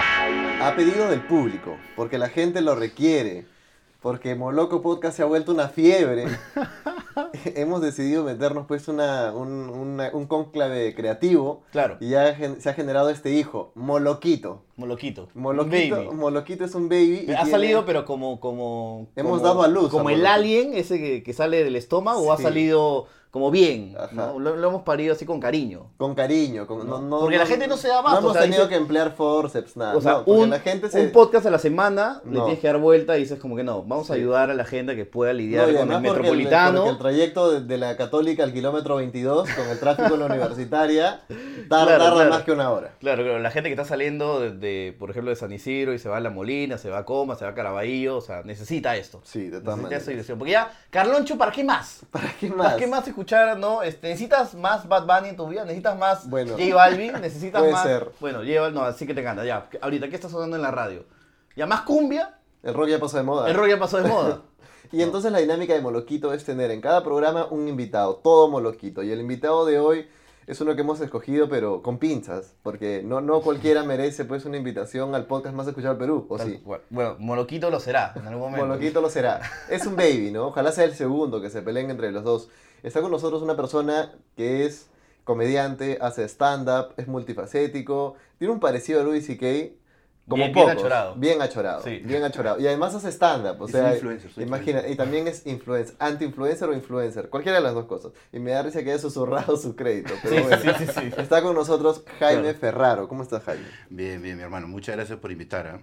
A pedido del público, porque la gente lo requiere, porque Moloco Podcast se ha vuelto una fiebre. Hemos decidido meternos pues una, un, una- un cónclave creativo Claro. y ya gen- se ha generado este hijo, Moloquito. Moloquito. Moloquito, Baby. Moloquito es un baby. y Ha tiene- salido, pero como, como. Hemos como- dado a luz Como a el Moloquito. alien, ese que, que sale del estómago, ha Sí. salido como bien. Ajá. ¿no? Lo, lo hemos parido así con cariño. Con cariño, con- no, no- Porque la gente no se da abasto, No hemos o sea, tenido dice- que emplear forceps, nada. O sea, Ah, no, porque un, la gente se. un podcast a la semana le No. tienes que dar vuelta y dices como que no, vamos a Sí. ayudar a la gente que pueda No, lidiar y con además el porque metropolitano. porque el trayecto de, de la Católica al kilómetro 22 con el tráfico en la universitaria tar- Claro, tarda claro. más que una hora. Claro, claro, la gente que está saliendo de, de, por ejemplo, de San Isidro y se va a La Molina, se va a Coma, se va a Caraballo, o sea, necesita esto. Sí, de todas necesita maneras. esa diversión. Porque ya, Carloncho, ¿para qué más? ¿Para qué más? ¿Para Pues, qué más escuchar, no? Este, ¿Necesitas más Bad Bunny en tu vida? ¿Necesitas más Bueno, J Balvin? ¿Necesitas puede más...? ser. Bueno, J Balvin, no, así que te encanta, ya. Ahorita, ¿qué está sonando en la radio? ¿Ya más cumbia? El rock ya pasó de moda. El rock ya pasó de moda. Y entonces la dinámica de Moloquito es tener en cada programa un invitado, todo Moloquito. Y el invitado de hoy es uno que hemos escogido, pero con pinzas, porque no, no cualquiera merece pues una invitación al podcast más escuchado del Perú, ¿o Tal sí? cual. Bueno, Moloquito lo será en algún momento. Moloquito lo será. Es un baby, ¿no? Ojalá sea el segundo que se peleen entre los dos. Está con nosotros una persona que es comediante, hace stand-up, es multifacético, tiene un parecido a Louis C.K. Como Bien- bien pocos. achorado. Bien achorado. Sí. Bien achorado. Y además hace stand-up. O Es sea, un influencer, soy imagina, y también es influencer, anti-influencer o influencer. Cualquiera de las dos cosas. Y me da risa que haya susurrado su crédito. Pero Sí, bueno. sí, sí, sí. Está con nosotros Jaime Claro. Ferraro. ¿Cómo estás, Jaime? Bien, bien, mi hermano. Muchas gracias por invitar. ¿ah?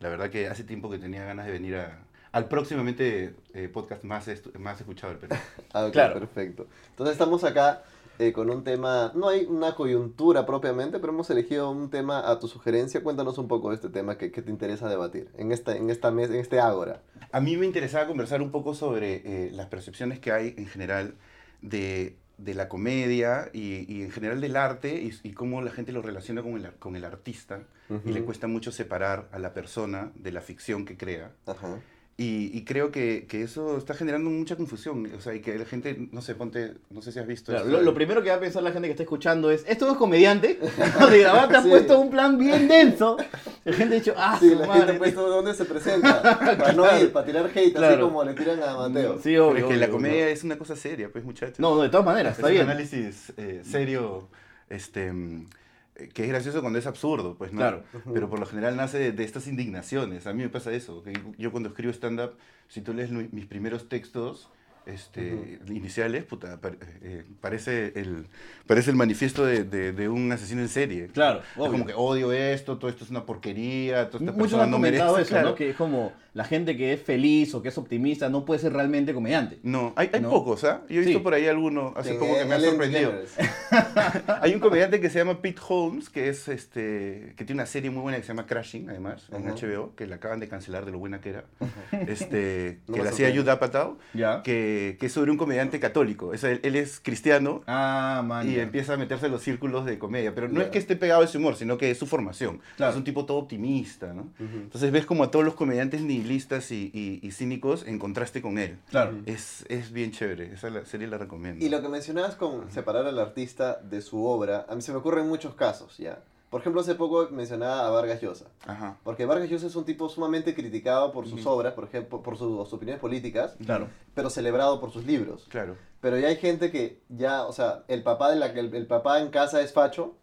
La verdad que hace tiempo que tenía ganas de venir a- al próximamente eh, podcast más, estu- más escuchado del Perú. Ah, ok, Claro. perfecto. Entonces estamos acá eh, con un tema, no hay una coyuntura propiamente, pero hemos elegido un tema a tu sugerencia. Cuéntanos un poco de este tema que, que te interesa debatir en esta, en esta mesa, en este ágora. A mí me interesaba conversar un poco sobre eh, las percepciones que hay en general de, de la comedia y, y en general del arte y, y cómo la gente lo relaciona con el, ar- con el artista y le Ujú. cuesta mucho separar a la persona de la ficción que crea. Ajá. Y, y creo que, que eso está generando mucha confusión. O sea, y que la gente, no sé, ponte, no sé si has visto Claro, esto lo, de- lo primero que va a pensar la gente que está escuchando es, esto no es comediante, de grabar te has Sí. puesto un plan bien denso. La gente ha dicho, ah, Sí, su la gente madre. ha puesto dónde se presenta, para no ir, para tirar hate, así Claro. como le tiran a Mateo. Sí, Pero obvio, es que la obvio, comedia obvio. es una cosa seria, pues, muchachos. No, no, de todas maneras, es está un bien. análisis eh, serio, este, mm, eh, que es gracioso cuando es absurdo, pues, ¿no? Claro. Pero por lo general nace de, de estas indignaciones. A mí me pasa eso. que yo cuando escribo stand-up, si tú lees lo- mis primeros textos este, iniciales, puta, par- eh, parece, el, parece el manifiesto de, de- de un asesino en serie. Claro, Es obvio. como que odio esto, todo esto es una porquería, toda esta Muchos persona han no comentado merece, eso, claro. ¿no? Que es como la gente que es feliz o que es optimista no puede ser realmente comediante. No, hay, hay ¿No? pocos, ¿ah? Yo he visto Sí. por ahí alguno hace Sí, poco que me ha Ellen sorprendido. DeGeneres. Hay un comediante que se llama Pete Holmes, que es este, que tiene una serie muy buena que se llama Crashing, además, en Ajá. HBO, que la acaban de cancelar de lo buena que era. Este, No que me la hacía sorprende. Judd Apatow, Ya. que, que es sobre un comediante católico. O sea, él, él es cristiano Ah, man. y ya. empieza a meterse en los círculos de comedia. Pero no Ya. es que esté pegado a ese humor, sino que es su formación. Claro. Es un tipo todo optimista, ¿no? Ujú. Entonces ves como a todos los comediantes nihilistas y, y- y cínicos en contraste con él. Claro. Es, es bien chévere. Esa la- serie la recomiendo. Y lo que mencionabas con separar al artista de su obra, a mí se me ocurren muchos casos, ¿ya? Por ejemplo, hace poco mencionaba a Vargas Llosa. Ajá. Porque Vargas Llosa es un tipo sumamente criticado por sus obras, por ejemplo, por sus opiniones políticas, Claro. pero celebrado por sus libros. Claro. Pero ya hay gente que ya, o sea, el papá, de la, el, el papá en casa es facho,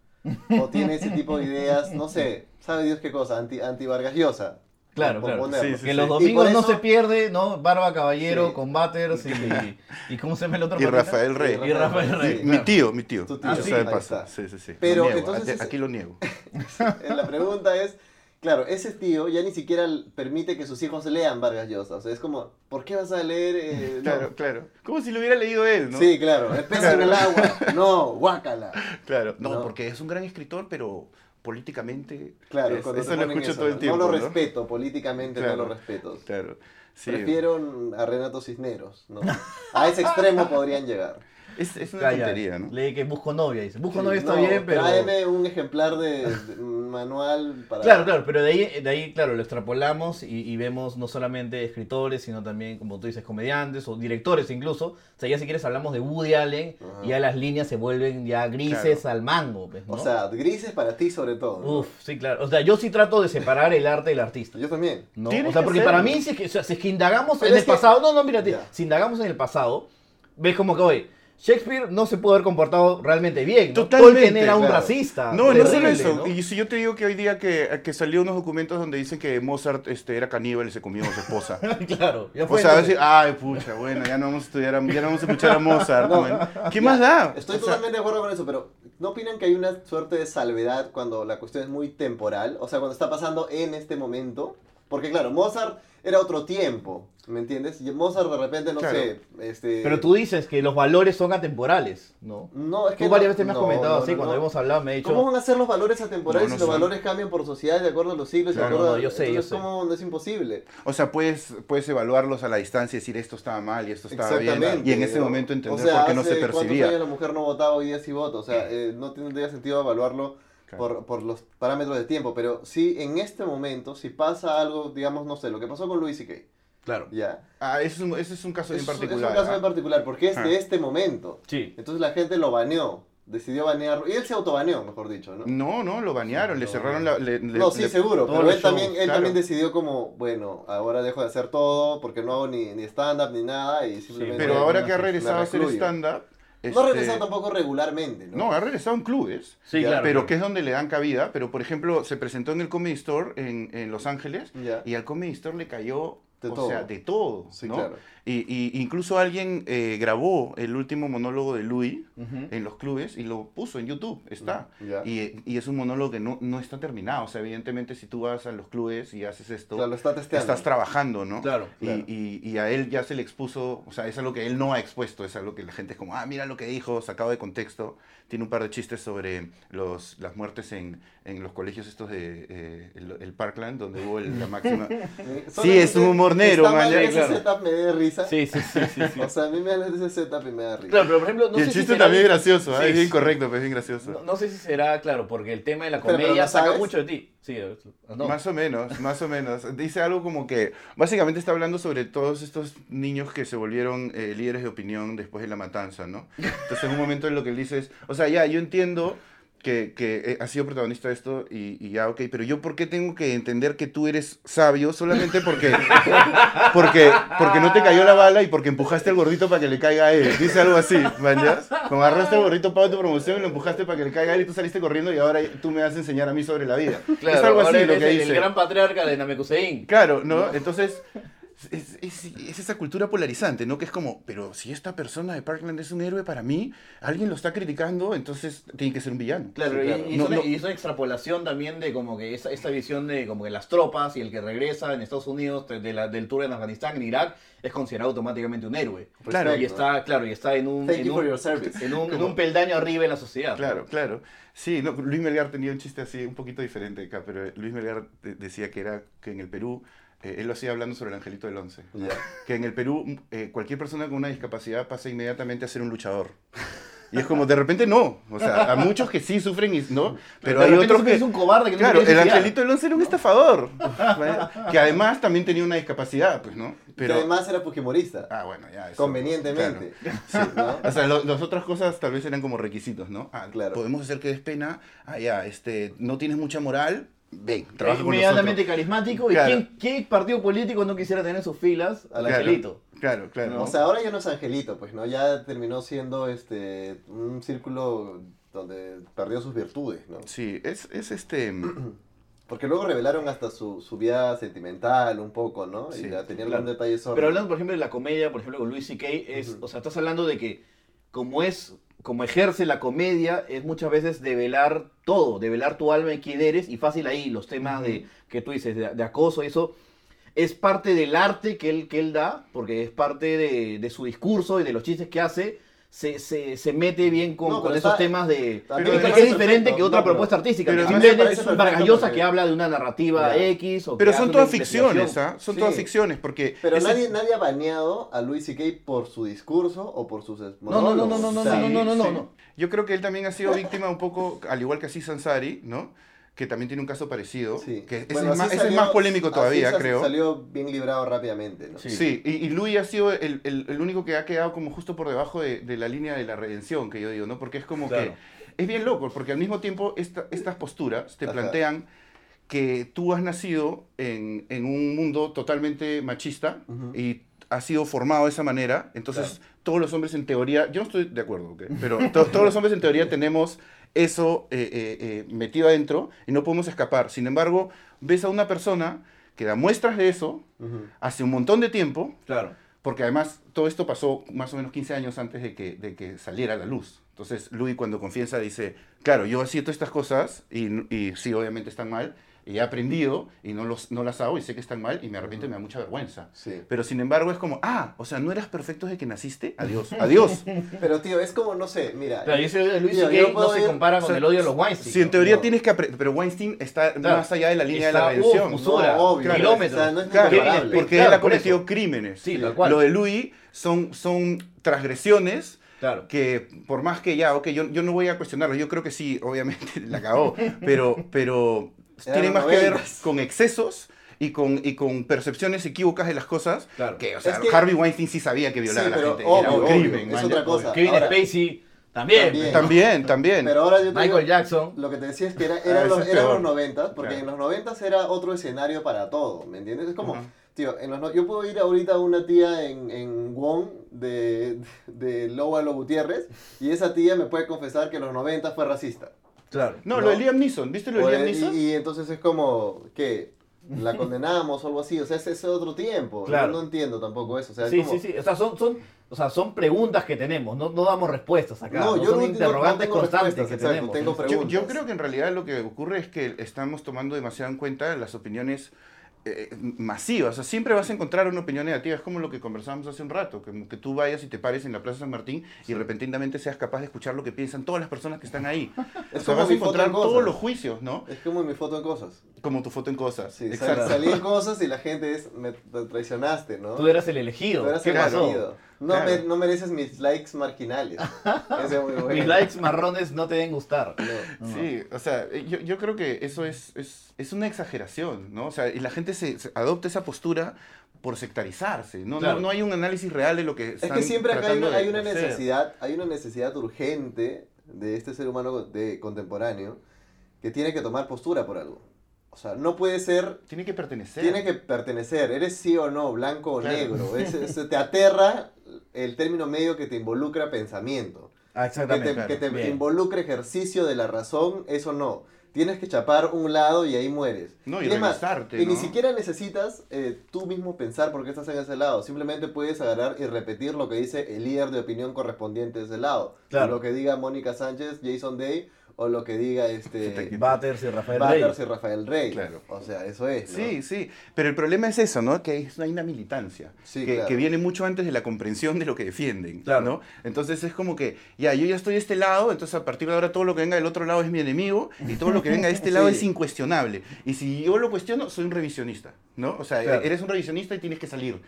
o tiene ese tipo de ideas, no sé, sabe Dios qué cosa, anti, anti Vargas Llosa. Claro, por claro. ponerlo. Sí, Que sí. los Y por domingos no eso- se pierde, ¿no? Barba Caballero, Sí. con Butters y, y ¿cómo se llama el otro? Y patita? Rafael Rey. Y Rafael Rey. Sí. Mi tío, mi tío. Tu tío. Eso Ah, sí. de Ahí paso. está. Sí, sí, sí. Lo Pero, niego. entonces, Ate- aquí lo niego. Eh, La pregunta es, claro, ese tío ya ni siquiera l- permite que sus hijos lean Vargas Llosa. O sea, es como, ¿por qué vas a leer? eh, no? Claro, claro. Como si lo hubiera leído él, ¿no? Sí, claro, el peso en el agua. No, guácala. Claro. No, No. porque es un gran escritor, pero políticamente. Claro, es- cuando te eso lo ponen escucho eso, todo el tiempo. No lo respeto, políticamente no Claro. lo respeto. Claro. Sí. Prefiero a Renato Cisneros, ¿no? A ese extremo podrían llegar. Es, es una Calla. tontería, ¿no? Leí que busco novia, dice. Busco Sí, novia está no, bien, pero. Tráeme un ejemplar de, de- mm, manual para... Claro, claro, pero de ahí, de ahí claro, lo extrapolamos y, y vemos no solamente escritores, sino también, como tú dices, comediantes o directores incluso. O sea, ya si quieres hablamos de Woody Allen, Ajá. y ya las líneas se vuelven ya grises al mango, pues, ¿no? O sea, grises para ti sobre todo. ¿no? Uf, sí, claro. O sea, yo sí trato de separar el arte del artista. Yo también. ¿no? Tienes O sea, que porque hacerlo. para mí, si es que, o sea, si es que indagamos Pero en es el que- pasado, no, no, mírate, Ya. si indagamos en el pasado, ves como que hoy Shakespeare no se pudo haber comportado realmente bien. ¿no? Totalmente, Tolkien era un claro. racista. No, no solo terrible, eso. ¿no? Y si yo te digo que hoy día que, que salió unos documentos donde dicen que Mozart este, era caníbal y se comió a su esposa. claro, ya O fue. sea, a entonces. veces, ay, pucha, bueno, ya no vamos a estudiar, a- ya no vamos a escuchar a Mozart. man. ¿Qué más da? Estoy O sea, totalmente de acuerdo con eso, pero ¿no opinan que hay una suerte de salvedad cuando la cuestión es muy temporal? O sea, cuando está pasando en este momento. Porque claro, Mozart era otro tiempo, ¿me entiendes? Y Mozart de repente, no Claro. sé, este... Pero tú dices que los valores son atemporales, ¿no? No, es que Tú varias no- veces me has no, comentado no, así, no, cuando no. hemos hablado me he dicho... ¿Cómo van a ser los valores atemporales No, si no los sé. valores cambian por sociedades de acuerdo a los siglos? Claro, de acuerdo no, a- yo sé, yo entonces, sé. ¿cómo no es imposible? O sea, puedes, puedes evaluarlos a la distancia y decir esto estaba mal y esto estaba bien. Y en ese ¿no? momento entender o sea, por qué no hace se cuántos percibía. años la mujer no votaba hoy día sí vota. O sea, eh, no tendría sentido evaluarlo Claro. por, por los parámetros de tiempo. Pero sí, en este momento, si pasa algo, digamos, no sé, lo que pasó con Luis y Claro. ¿ya? Ah, ese es un, ese es un caso Es, en un- es particular. un caso ah. en particular, porque es Ajá. de este momento. Sí. Entonces la gente lo baneó, decidió banearlo. Y él se autobaneó, mejor dicho, ¿no? No, no, lo banearon, le lo cerraron la... le- le- No, sí, le- seguro, todos pero los él, también, shows, él claro. también decidió como, bueno, ahora dejo de hacer todo porque no hago ni, ni stand-up ni nada y simplemente... Pero Me- ahora me- que ha me regresado a hacer recluyo. stand-up... No ha este, regresado tampoco regularmente, ¿no? No, ha regresado en clubes. Sí, Ya, claro. pero claro. que es donde le dan cabida. Pero, por ejemplo, se presentó en el Comedy Store en, en Los Ángeles Ya. y al Comedy Store le cayó, De o todo. sea, de todo, Sí, ¿no? claro. Y, y incluso alguien eh, grabó el último monólogo de Louis Ujú. en los clubes y lo puso en YouTube, está. Mm, Ya. Y, y es un monólogo que no, no está terminado. O sea, evidentemente, si tú vas a los clubes y haces esto, O sea, lo está testeando. estás trabajando, ¿no? Claro, Y, claro. y- y a él ya se le expuso, o sea, es algo que él no ha expuesto, es algo que la gente es como, ah, mira lo que dijo, sacado de contexto. Tiene un par de chistes sobre los, las muertes en, en los colegios estos de eh, el, el Parkland, donde hubo el- la máxima... Eh, Sí, es un humor negro, está mal, man, ya, ese claro. setup me da risa. Sí, sí, sí, sí, sí. O sea, a mí me da ese setup y me da risa. Claro, pero por ejemplo, no y sé el si chiste será- también es gracioso, ¿ah? Sí, es bien sí. correcto, pero es bien gracioso. No, no sé si será claro, porque el tema de la Pero, pero comedia ¿lo saca sabes? mucho de ti. Sí, eh, no. Más o menos, más o menos. Dice algo como que, básicamente está hablando sobre todos estos niños que se volvieron eh, líderes de opinión después de la matanza, ¿no? Entonces, en un momento en lo que él dice es, o sea, ya, yo entiendo que, que eh, has sido protagonista de esto y, y ya, ok, pero yo por qué tengo que entender que tú eres sabio solamente porque, porque, porque no te cayó la bala y porque empujaste al gordito para que le caiga a él. Dice algo así, ¿mañas? Como agarraste al gordito para tu promoción y lo empujaste para que le caiga a él y tú saliste corriendo y ahora tú me vas a enseñar a mí sobre la vida. Claro, es algo ahora así lo eres que el, dice. el gran patriarca de Namekusein. Claro, ¿no? Entonces, es, es- es esa cultura polarizante, ¿no? Que es como, pero si esta persona de Parkland es un héroe para mí, alguien lo está criticando, entonces tiene que ser un villano. Claro, Sí, y- claro. Y, No, es una, no. y es una extrapolación también de como que esa, esta visión de como que las tropas y el que regresa en Estados Unidos de- de la- del tour en Afganistán, en Irak, es considerado automáticamente un héroe. Claro. Y está, claro, y está en un, Pues Thank en you for un, your service. en un- en un peldaño arriba en la sociedad. Claro, claro. Sí, no, Luis Melgar tenía un chiste así, un poquito diferente acá, pero Luis Melgar de- decía que era que en el Perú, eh, él lo hacía hablando sobre el Angelito del Once, Ya. que en el Perú eh, cualquier persona con una discapacidad pasa inmediatamente a ser un luchador. Y es como, de repente no. O sea, a muchos que sí sufren y no, pero, de hay repente otros siempre que... es un cobarde que no se Claro, quiere el suicidar. Angelito del Once era un estafador. que además también tenía una discapacidad, pues, ¿no? Que Pero. además era pokemorista, Ah, bueno, ya. eso, convenientemente. claro. O sea, lo- las otras cosas tal vez eran como requisitos, ¿no? Ah, Claro. claro. Podemos hacer que des pena. Ah, ya, este, no tienes mucha moral. Ven, trabaja con Eh, Inmediatamente nosotros. carismático. ¿Y Claro. quién- qué partido político no quisiera tener en sus filas al Claro, angelito? Claro, claro. ¿no? O sea, ahora ya no es Angelito, pues, ¿no? Ya terminó siendo este un círculo donde perdió sus virtudes, ¿no? sí, es, es este. Porque luego revelaron hasta su, su vida sentimental un poco, ¿no? Sí, y ya tenían claro. algún detalle sobre... Pero hablando, por ejemplo, de la comedia, por ejemplo, con Louis C.K., es, Ujú. o sea, estás hablando de que como es, como ejerce la comedia, es muchas veces develar todo, develar tu alma y quién eres, y fácil ahí, los temas de, que tú dices, de, de acoso, eso, es parte del arte que él, que él da, porque es parte de, de su discurso y de los chistes que hace, se, se, se mete bien con, No, pero con está- esos temas de... También Pero es- además es es diferente perfecto. que otra No, pero- propuesta artística. pero que además- simplemente me parece es perfecto Vargallosa porque- que habla de una narrativa Ya. X o que Pero hace son una todas investigación. ficciones, ¿ah? Son Sí. todas ficciones, porque. Pero ese- nadie, nadie ha baneado a Louis C.K. por su discurso o por sus no, no, no, no, no, monólogos, o sea, no, no, no, no, no. Yo creo que él también ha sido víctima un poco, al igual que así Sansari, ¿no? que también tiene un caso parecido, Sí. que ese, Bueno, así es, más, ese es salió- más polémico así todavía, sa- creo. Salió bien librado rápidamente, ¿no? Sí. Sí, y, y Louis ha sido el, el- el único que ha quedado como justo por debajo de, de la línea de la redención, que yo digo, ¿no? Porque es como Claro. que es bien loco, porque al mismo tiempo esta- estas posturas te Ajá. plantean que tú has nacido en, en un mundo totalmente machista Ujú. y has sido formado de esa manera, entonces todos los hombres en teoría, yo no estoy de acuerdo, ¿ok? pero to- todos los hombres en teoría tenemos eso eh, eh, eh, metido adentro y no podemos escapar. Sin embargo, ves a una persona que da muestras de eso, Ujú. hace un montón de tiempo, Claro. porque además todo esto pasó más o menos 15 años antes de que, de que saliera a la luz. Entonces Louis cuando confiesa dice, claro, yo siento estas cosas y, n- y sí, obviamente están mal, y he aprendido y no, los, no las hago y sé que están mal y me arrepiento y me da mucha vergüenza. Sí. Pero sin embargo es como, ah, o sea, no eras perfecto desde que naciste, adiós, adiós. Pero tío, es como, no sé, mira. Pero ese de Luis Yo- CK yo no puedo se ir- compara con o sea, el odio de los Weinstein. Si en ¿no? teoría no. tienes que aprender, pero Weinstein está Claro. más allá de la línea Está- de la redención. uf, no, basura, obvio, kilómetros. o sea, no es Claro, comparable. porque Claro, él ha por cometido eso. crímenes. Sí, tal cual. Lo de Louis son, son transgresiones Claro. que por más que ya, ok, yo, yo no voy a cuestionarlo, yo creo que sí, obviamente la cagó, pero, pero Eran tiene los más que ver noventas. con excesos y con, y con percepciones equívocas de las cosas, Claro. que, o sea, Es que- Harvey Weinstein sí sabía que violaba Sí, a la pero gente, obvio, era un obvio, crimen, es man, otra ya, cosa. obvio. Kevin Ahora- Spacey también. También. También, también. Pero ahora yo te digo- Michael Jackson. Lo que te decía es que era, Ah, eran eso los, es eran peor. los 90, porque Claro. en los 90 era otro escenario para todo, ¿me entiendes? Es como, Ujú. tío, en los no- yo puedo ir ahorita a una tía en, en Wong de, de Lóbalo Gutiérrez y esa tía me puede confesar que en los 90 fue racista. Claro. no, no. lo de Liam Neeson, ¿viste lo O- de Liam y- Neeson? y, entonces es como que la condenamos o algo así, o sea, es, es otro tiempo. Claro. Yo no entiendo tampoco eso, o sea, es Sí, como- sí, sí. O sea, son, son, o sea, son preguntas que tenemos. No, no damos respuestas acá. No, yo son no- no- no interrogantes tengo constantes que respuestas, exacto, tenemos. tengo Yo- Yo, preguntas. creo que en realidad lo que ocurre es que estamos tomando demasiado en cuenta las opiniones eh, masivas. O sea, siempre vas a encontrar una opinión negativa. Es como lo que conversábamos hace un rato, que, que tú vayas y te pares en la Plaza San Martín y repentinamente seas capaz de escuchar lo que piensan todas las personas que están ahí. Es o sea, como vas a mi foto encontrar en cosas. todos los juicios, ¿no? Es como mi foto en cosas. Como tu foto en cosas. Sí, sal- salí en cosas y la gente es, me tra- traicionaste, ¿no? Tú eras el elegido. Tú eras ¿Qué el pasó? elegido. No, Claro. me- no mereces mis likes marginales. Ese es muy bueno. Mis likes marrones no te deben gustar. No. Sí, o sea, eh, yo, yo creo que eso es, es, es una exageración, ¿no? O sea, y la gente se, se adopta esa postura por sectarizarse, ¿no? No- Claro. No, hay un análisis real de lo que Es están que siempre acá hay tratando una, de hay una hacer. necesidad, hay una necesidad urgente de este ser humano de, contemporáneo que tiene que tomar postura por algo. O sea, no puede ser, Tiene que pertenecer. tiene que pertenecer, eres sí o no, blanco o Claro. negro. Es- es- te aterra el término medio que te involucra pensamiento. Ah, que te, exactamente. que te Bien. involucre ejercicio de la razón, eso no. Tienes que chapar un lado y ahí mueres. No, y es más, revisarte, y ni Este, ¿no? siquiera necesitas eh, tú mismo pensar por qué estás en ese lado. Simplemente puedes agarrar y repetir lo que dice el líder de opinión correspondiente de ese lado. Claro. Lo que diga Mónica Sánchez, Jason Day, o lo que diga Puta, este que- Butters y Rafael Butters Reyes. y Rafael Rey. Claro. O sea, eso es. ¿no? Sí, sí. Pero el problema es eso, ¿no? Que es- hay una militancia. Sí, que, claro. que viene mucho antes de la comprensión de lo que defienden. Claro. ¿no? Entonces es como que, ya, yo ya estoy de este lado, entonces a partir de ahora todo lo que venga del otro lado es mi enemigo y todo lo que venga de este lado Sí. es incuestionable. Y si yo lo cuestiono, soy un revisionista, ¿no? O sea, Claro. eres un revisionista y tienes que salir.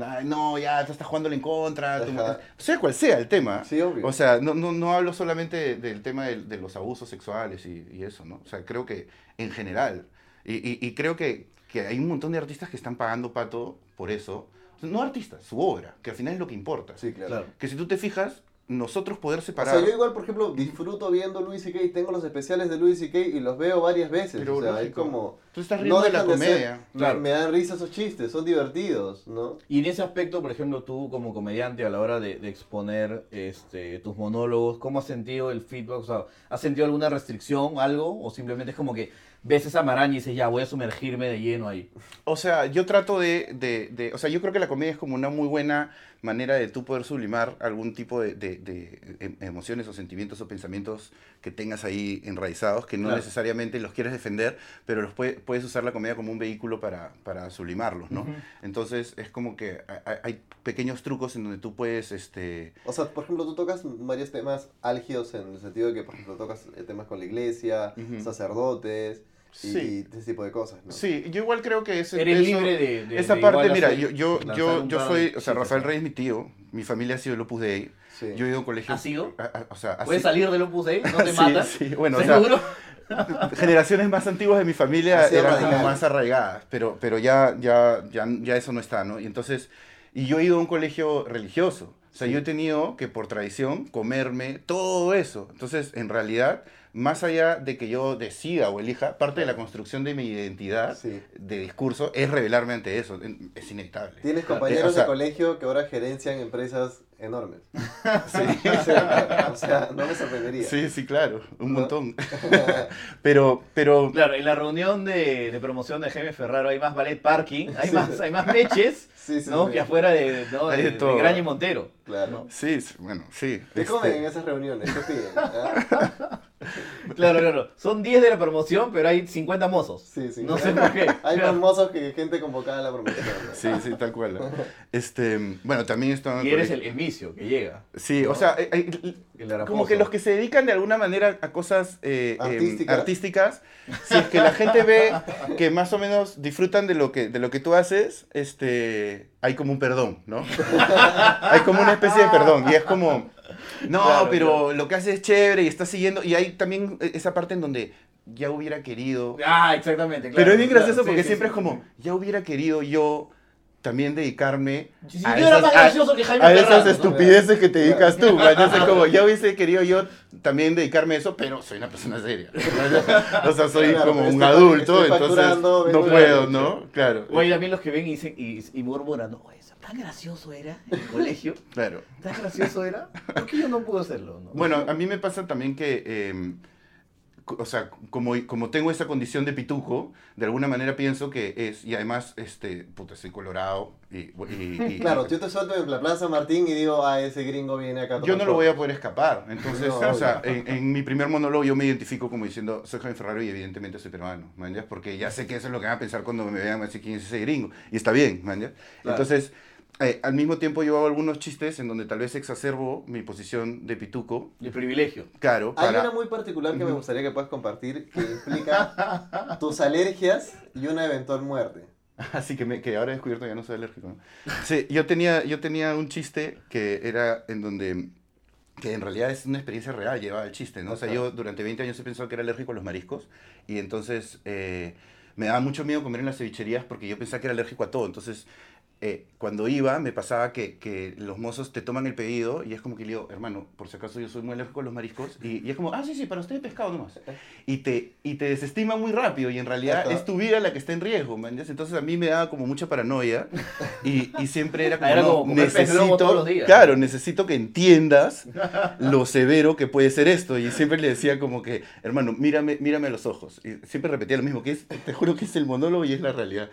Ay, No, ya, tú estás jugándole en contra. tú- Ajá. sea cual sea el tema. Sí, obvio. O sea, no, no, no hablo solamente de- del tema del- de, los abusos sexuales y, y eso, ¿no? O sea, creo que en general. Y, y- y creo que, que hay un montón de artistas que están pagando pato por eso. No artistas, su obra, que al final es lo que importa. Sí, claro. Claro. Que si tú te fijas, nosotros poder O separar. sea, yo igual, por ejemplo, disfruto viendo Louis C.K. Tengo los especiales de Louis C.K. y los veo varias veces. Pero o sea, hay lógico. como... Tú estás riendo no de la dejan de ser- comedia. me- Claro. me, dan risa esos chistes, son divertidos, ¿no? Y en ese aspecto, por ejemplo, tú como comediante a la hora de, de exponer este, tus monólogos, ¿cómo has sentido el feedback? O sea, ¿has sentido alguna restricción, algo? ¿O simplemente es como que ves esa maraña y dices, ya, voy a sumergirme de lleno ahí? O sea, yo trato de, de- de- O sea, yo creo que la comedia es como una muy buena manera de tú poder sublimar algún tipo de, de- de em- emociones o sentimientos o pensamientos que tengas ahí enraizados, que no Claro. necesariamente los quieres defender, pero los pue- puedes usar la comedia como un vehículo para, para sublimarlos, ¿no? Ujú. Entonces, es como que hay- hay, hay pequeños trucos en donde tú puedes, este... O sea, por ejemplo, tú tocas varios temas álgidos en el sentido de que, por ejemplo, tocas eh, temas con la iglesia, Ujú. sacerdotes y, Sí. y ese tipo de cosas, ¿no? Sí, yo igual creo que ese... Eres eso- libre de... de- Esa de parte, igual mira, hacer- yo, yo, lanzar yo, un yo par de soy, o sea, chistes, Rafael ¿no? Rey es mi tío, mi familia ha sido el Opus Dei, Sí. Yo he ido a un colegio. ¿Has ido? a- a- o sea, ¿Puedes así- salir del Opus Dei? ¿No te Sí, matas? sí, bueno, o sea, ¿Seguro? generaciones más antiguas de mi familia Así eran arraigadas. más arraigadas, pero, pero ya, ya, ya, ya eso no está, ¿no? Y entonces, y yo he ido a un colegio religioso, o sea, yo he tenido que por tradición comerme todo eso. Entonces, en realidad, más allá de que yo decida o elija, parte de la construcción de mi identidad Sí. de discurso es revelarme ante eso, en- es inevitable. Tienes Claro, compañeros Ah, o sea- de colegio que ahora gerencian empresas enormes. o, sea, o sea, no me sorprendería. Sí, sí, claro, un ¿No? montón. pero, pero, Claro, en la reunión de, de promoción de Jaime Ferraro hay más ballet parking, hay Sí. más, hay más meches, Sí, sí, ¿no? sí. Que afuera de, ¿no? Hay de, de de todo. Gran y Montero. Claro. ¿no? sí, sí, bueno, sí. ¿Qué este, comen en esas reuniones? ¿Qué piden? Ah, Claro, claro. Son 10 de la promoción, pero hay 50 mozos. Sí, sí. No sé por qué. Hay más Claro. mozos que gente convocada a la promoción. ¿no? Sí, sí, tal cual. ¿no? Este, bueno, también esto... Y eres el, el vicio que llega. Sí, ¿no? o sea, eh, eh, El haraposo. como que los que se dedican de alguna manera a cosas eh, eh, Artísticas. artísticas, si es que la gente ve que más o menos disfrutan de lo que, de lo que tú haces, este, hay como un perdón, ¿no? hay como una especie de perdón y es como, no, Claro, pero claro. lo que haces es chévere y estás siguiendo y hay también eh, esa parte en donde ya hubiera querido Ah, exactamente. pero claro, es bien claro, gracioso sí, porque sí, siempre sí. es como, ya hubiera querido yo también dedicarme Si a yo era esas- más a- gracioso que Jaime a esas Ferraro, ¿no? estupideces que te dedicas tú. man. Entonces, como, ya hubiese querido yo también dedicarme a eso, pero soy una persona seria. O sea, soy Claro, como un estoy adulto, fac- estoy entonces facturando, vengo no de puedo, la ¿no? Claro. O hay también los que ven y, dicen, y, y murmuran, no, eso tan gracioso era en el colegio, Claro. tan gracioso era, ¿por qué yo no pude hacerlo? no?" Bueno, a mí me pasa también que, eh, co- o sea, como, como tengo esa condición de pitujo, de alguna manera pienso que es, y además, este, puta, soy colorado y... y- y- Claro, yo te suelto en la Plaza Martín y digo, ah, ese gringo viene acá. a Yo tomar no lo coca". voy a poder escapar. Entonces, No, o sea, en, en mi primer monólogo yo me identifico como diciendo, soy Jaime Ferraro y evidentemente soy peruano, ¿me entiendes? Porque ya sé que eso es lo que van a pensar cuando me vean, van a decir, ¿quién es ese gringo? Y está bien, ¿me entiendes? Claro. Entonces, eh, al mismo tiempo yo hago algunos chistes en donde tal vez exacerbo mi posición de pituco, El privilegio. claro, Hay para... una muy particular que me gustaría que puedas compartir que implica tus alergias y una eventual muerte. Así que, me, que ahora he descubierto que ya no soy alérgico. ¿no? Sí, yo tenía, yo tenía un chiste que era en donde, que en realidad es una experiencia real, llevaba el chiste, ¿no? O sea, Ajá. yo durante 20 años he pensado que era alérgico a los mariscos y entonces eh, me daba mucho miedo comer en las cevicherías porque yo pensaba que era alérgico a todo. Entonces, eh, cuando iba, me pasaba que, que los mozos te toman el pedido y es como que le digo, hermano, por si acaso yo soy muy alérgico a los mariscos y, y es como, ah, sí, sí, para usted pescado nomás y te, y te desestima muy rápido y en realidad Ajá. es tu vida la que está en riesgo, ¿me entiendes? Entonces a mí me daba como mucha paranoia y, y siempre era como, Era no, como comer pez globo todos los días. claro, necesito que entiendas lo severo que puede ser esto y siempre le decía como que, hermano, mírame, mírame a los ojos y siempre repetía lo mismo, que es, te juro que es el monólogo y es la realidad.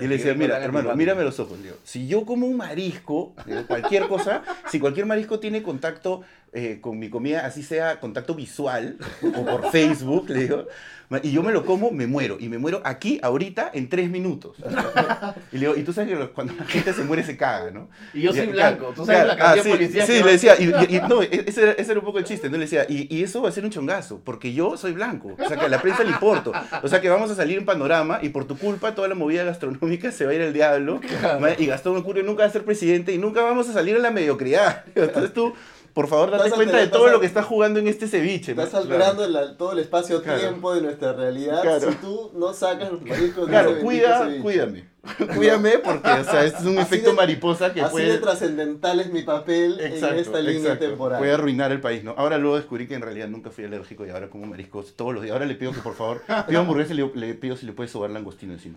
Y le decía, qué mira, bacán, hermano, bacán". mírame a los ojos, le digo, si yo como un marisco, digo, cualquier cosa, si cualquier marisco tiene contacto eh, con mi comida, así sea contacto visual o por Facebook, le digo, ma- y yo me lo como, me muero, y me muero aquí, ahorita, en tres minutos. Y le digo, y tú sabes que los- cuando la gente se muere se caga, ¿no? Y yo Y- soy claro, blanco, tú sabes claro, la cantidad ah, sí, de policías Sí, que le van- decía, y, y- y no, e- ese era, ese era un poco el chiste, ¿no? Le decía, y, y eso va a ser un chongazo, porque yo soy blanco, o sea que a la prensa le importo, o sea que vamos a salir en panorama y por tu culpa toda la movida gastronómica se va a ir al diablo, ma- y Gastón Mercurio nunca va a ser presidente y nunca vamos a salir a la mediocridad. Entonces tú, por favor, date Estás cuenta de alterando- todo estás- lo que estás jugando en este ceviche. ¿no? Estás Claro. alterando el- todo el espacio-tiempo de nuestra realidad Claro. si tú no sacas los mariscos de Claro, ese cuida, bendito ceviche. cuídame. Cuídame porque, o sea, este es un Así efecto de- mariposa que Así puede... de trascendental es mi papel en esta línea exacto. temporal. Puede arruinar el país, ¿no? Ahora luego descubrí que en realidad nunca fui alérgico y ahora como mariscos todos los días. Ahora le pido que por favor, pido hamburguesa y le, le pido si le puede sobar langostino encima.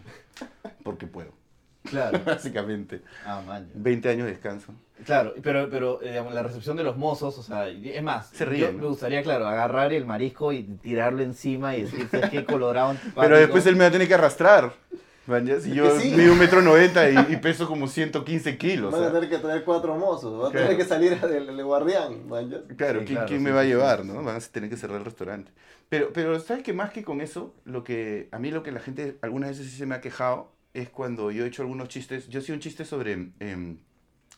Porque puedo, Claro. básicamente. Ah, man. 20 años de descanso. Claro, pero, pero eh, digamos, la recepción de los mozos, o sea, y- es más, Se ríen, yo ¿no? me gustaría, claro, agarrar el marisco y tirarlo encima y decir, ¿sabes qué colorado? antipático". Pero después él me va a tener que arrastrar. Man, ya, si Es yo que sí. mido un metro noventa y, y peso como 115 kilos. Van o a sea, tener que traer cuatro mozos, va a Claro. tener que salir del del guardián. man, ya. Claro, Sí, ¿quién, claro, quién sí, me va a sí, sí, llevar, sí. no? Van a tener que cerrar el restaurante. Pero, pero ¿sabes que Más que con eso, lo que a mí lo que la gente algunas veces sí se me ha quejado es cuando yo he hecho algunos chistes. Yo hacía un chiste sobre em,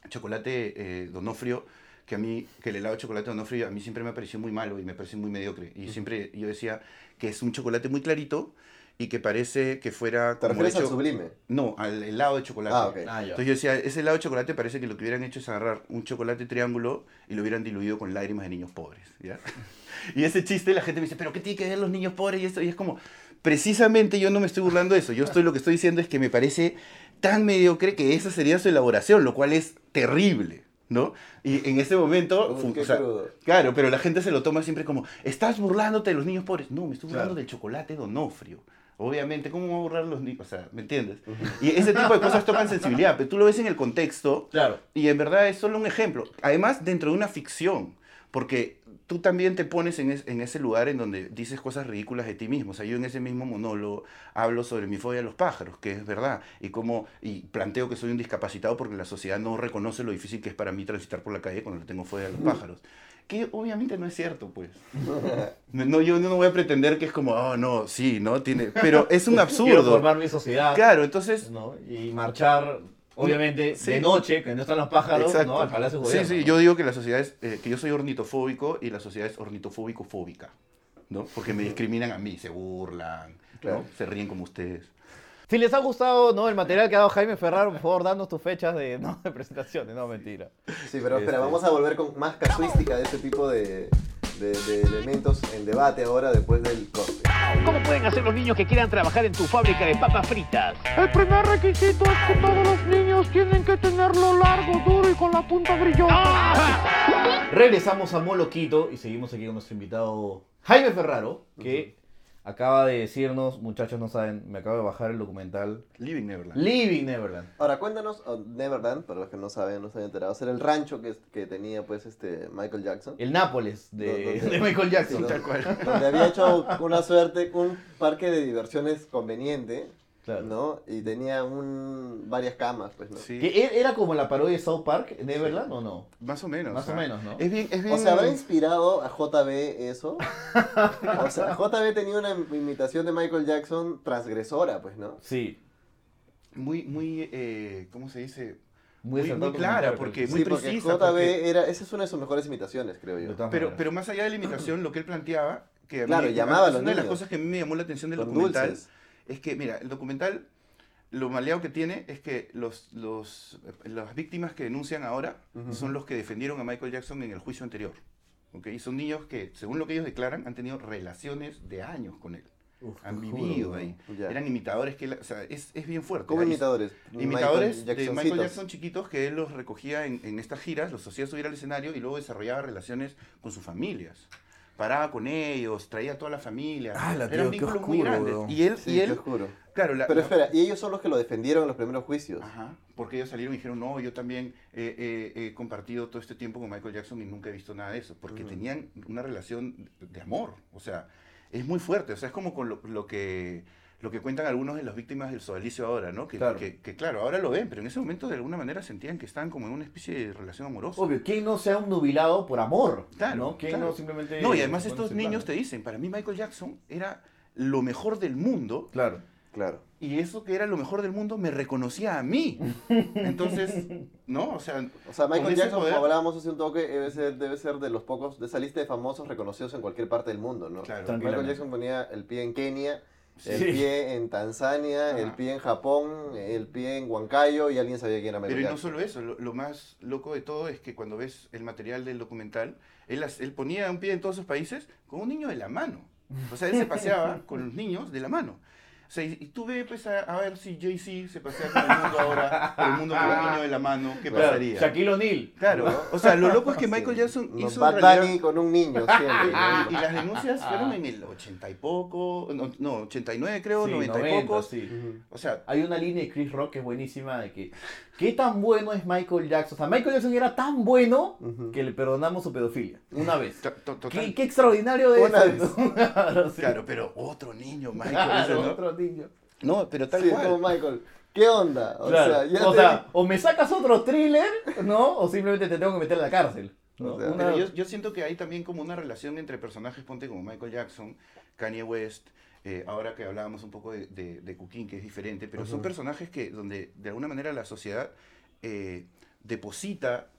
chocolate eh, Donofrio, que a mí, que el helado de chocolate Donofrio a mí siempre me pareció muy malo y me pareció muy mediocre. Y siempre yo decía que es un chocolate muy clarito y que parece que fuera ¿Te como refieres al hecho- sublime? No, al helado de chocolate. Ah, ok. Ah, ya. Entonces yo decía, ese helado de chocolate parece que lo que hubieran hecho es agarrar un chocolate triángulo y lo hubieran diluido con lágrimas de niños pobres, ¿ya? Y ese chiste la gente me dice, pero ¿qué tiene que ver los niños pobres y esto? Y es como, precisamente yo no me estoy burlando de eso, yo estoy, lo que estoy diciendo es que me parece tan mediocre que esa sería su elaboración, lo cual es terrible, ¿no? Y en ese momento, Uy, fu- qué o sea, crudo. claro, pero la gente se lo toma siempre como, estás burlándote de los niños pobres. No, me estoy burlando Claro. del chocolate de Donofrio. Obviamente, ¿cómo me voy a burlar de los niños? O sea, ¿me entiendes? Y ese tipo de cosas tocan sensibilidad, pero tú lo ves en el contexto Claro. y en verdad es solo un ejemplo. Además, dentro de una ficción, porque tú también te pones en, es- en ese lugar en donde dices cosas ridículas de ti mismo. O sea, yo en ese mismo monólogo hablo sobre mi fobia a los pájaros, que es verdad, y cómo y planteo que soy un discapacitado porque la sociedad no reconoce lo difícil que es para mí transitar por la calle cuando le tengo fobia a los pájaros. Que obviamente no es cierto, pues. No, yo no voy a pretender que es como, oh, no, sí, ¿no? Tiene... Pero es un Quiero absurdo. formar mi sociedad. Claro, entonces ¿no? Y marchar, obviamente, Sí. de noche, que no están los pájaros, Exacto. ¿no? Al Palacio de Sí, Gobierno, sí, ¿no? yo digo que la sociedad es, eh, que yo soy ornitofóbico y la sociedad es ornitofóbico-fóbica, ¿no? Porque me discriminan a mí, se burlan, ¿no? Claro. Se ríen como ustedes. Si les ha gustado ¿no? el material que ha dado Jaime Ferraro, por favor, danos tus fechas de, ¿no? de presentaciones. No, mentira. Sí, pero espera, Este- vamos a volver con más casuística de este tipo de, de- de elementos en debate ahora después del corte. ¿Cómo pueden hacer los niños que quieran trabajar en tu fábrica de papas fritas? El primer requisito es que todos los niños tienen que tenerlo largo, duro y con la punta brillante. ¡Ah! Regresamos a Moloquito y seguimos aquí con nuestro invitado Jaime Ferraro, que acaba de decirnos, muchachos no saben, me acabo de bajar el documental Living Neverland. Living Neverland. Ahora, cuéntanos, oh, Neverland, para los que no saben, no se habían enterado, era el rancho que, que tenía pues este Michael Jackson. El Nápoles de, No, no, no. de Michael Jackson. Sí, Tal cual. Donde había hecho una suerte, un parque de diversiones conveniente, Claro. ¿no? Y tenía un, varias camas, pues, ¿no? Sí, Que e- ¿Era como la parodia de South Park, Neverland o no? más o menos. Más ¿ah? o menos, ¿no? Es bien, es bien... O sea, ¿habrá inspirado a JB eso? O sea, JB tenía una imitación de Michael Jackson transgresora, pues, ¿no? Sí. muy, muy, eh, ¿cómo se dice? Muy, Muy- acertado muy clara, comentario, porque- sí. muy sí, porque precisa, JB porque- era, esa es una de sus mejores imitaciones, creo De yo. todas Pero, maneras. pero más allá de la imitación, lo que él planteaba, que a mí- Claro, llamaba a es los una de las niños. cosas que a mí me llamó la atención del Con documental dulces. es que, mira, el documental lo maleado que tiene es que los, los, las víctimas que denuncian ahora Ujú. son los que defendieron a Michael Jackson en el juicio anterior. ¿ok? Y son niños que, según lo que ellos declaran, han tenido relaciones de años con él. han te juro, vivido ¿no? ahí. Ya. Eran imitadores que... él- o sea, es, es bien fuerte. ¿Cómo Ahí- imitadores? Imitadores de Michael Jacksoncitos. Jackson chiquitos que él los recogía en, en estas giras, los hacía subir al escenario y luego desarrollaba relaciones con sus familias. Paraba con ellos, traía a toda la familia. Ah, ¡Hala, tío, Eran qué vínculos muy oscuro, grandes. weón! Y él, Sí, y él te juro. claro, la- Ah. Pero la- espera, y ellos son los que lo defendieron en los primeros juicios. Ajá, porque ellos salieron y dijeron, no, yo también eh, eh, he compartido todo este tiempo con Michael Jackson y nunca he visto nada de eso, porque tenían una relación de amor, o sea, es muy fuerte, o sea, es como con lo, lo que lo que cuentan algunos de las víctimas del sodalicio ahora, ¿no? Que Claro. Que, que, claro, ahora lo ven, pero en ese momento de alguna manera sentían que estaban como en una especie de relación amorosa. Obvio, ¿quién no sea un nubilado por amor? Claro, ¿no? ¿Quién claro. no simplemente... No, y además estos ponerse en niños te plan? dicen, para mí Michael Jackson era lo mejor del mundo Claro. Claro. y eso que era lo mejor del mundo me reconocía a mí. Entonces, ¿no? O sea, O sea, Con Michael ese Jackson, como poder- hablábamos hace un toque, debe ser, debe ser de los pocos, de esa lista de famosos reconocidos en cualquier parte del mundo, ¿no? Claro. Michael Tranquilamente. Jackson ponía el pie en Kenia, el Sí. pie en Tanzania, el Ajá. pie en Japón, el pie en Huancayo y alguien sabía quién era Michael Pero y no Jackson. solo eso, lo, lo más loco de todo es que cuando ves el material del documental, él, las- él ponía un pie en todos sus países con un niño de la mano. O sea, él se paseaba con los niños de la mano. O sea, y, y tú ves pues, a, a ver si Jay-Z se pasea con el mundo ahora, por el mundo con el niño de la mano, ¿qué Claro, pasaría? Shaquille O'Neal. Claro, o sea, lo loco es que Sí. Michael Jackson No, hizo en Bad realidad- Bunny con un niño siempre. ¿no? Ah. y, y las denuncias fueron en el 80 y poco, no, no, 89 creo, Sí, 90, y 90, pocos. sí. Ujú. O sea, Hay una línea de Chris Rock que es buenísima de que qué tan bueno es Michael Jackson. O sea, Michael Jackson era tan bueno Ujú. que le perdonamos su pedofilia una vez. to- to- total. Qué, qué extraordinario es. Una esto. claro, sí. Claro, pero otro niño, Michael. Claro, ¿no? otro niño. No, pero tal Sí, es cual. como Michael. ¿Qué onda? Claro. O O, sea, sea, ya o, te- me sacas otro thriller, ¿no? O simplemente te tengo que meter en la cárcel. ¿no? O sea, Una- Pero yo, yo siento que hay también como una relación entre personajes, ponte como Michael Jackson, Kanye West, eh, ahora que hablábamos un poco de, de, de Kukin, que es diferente, pero son personajes que donde de alguna manera la sociedad eh, deposita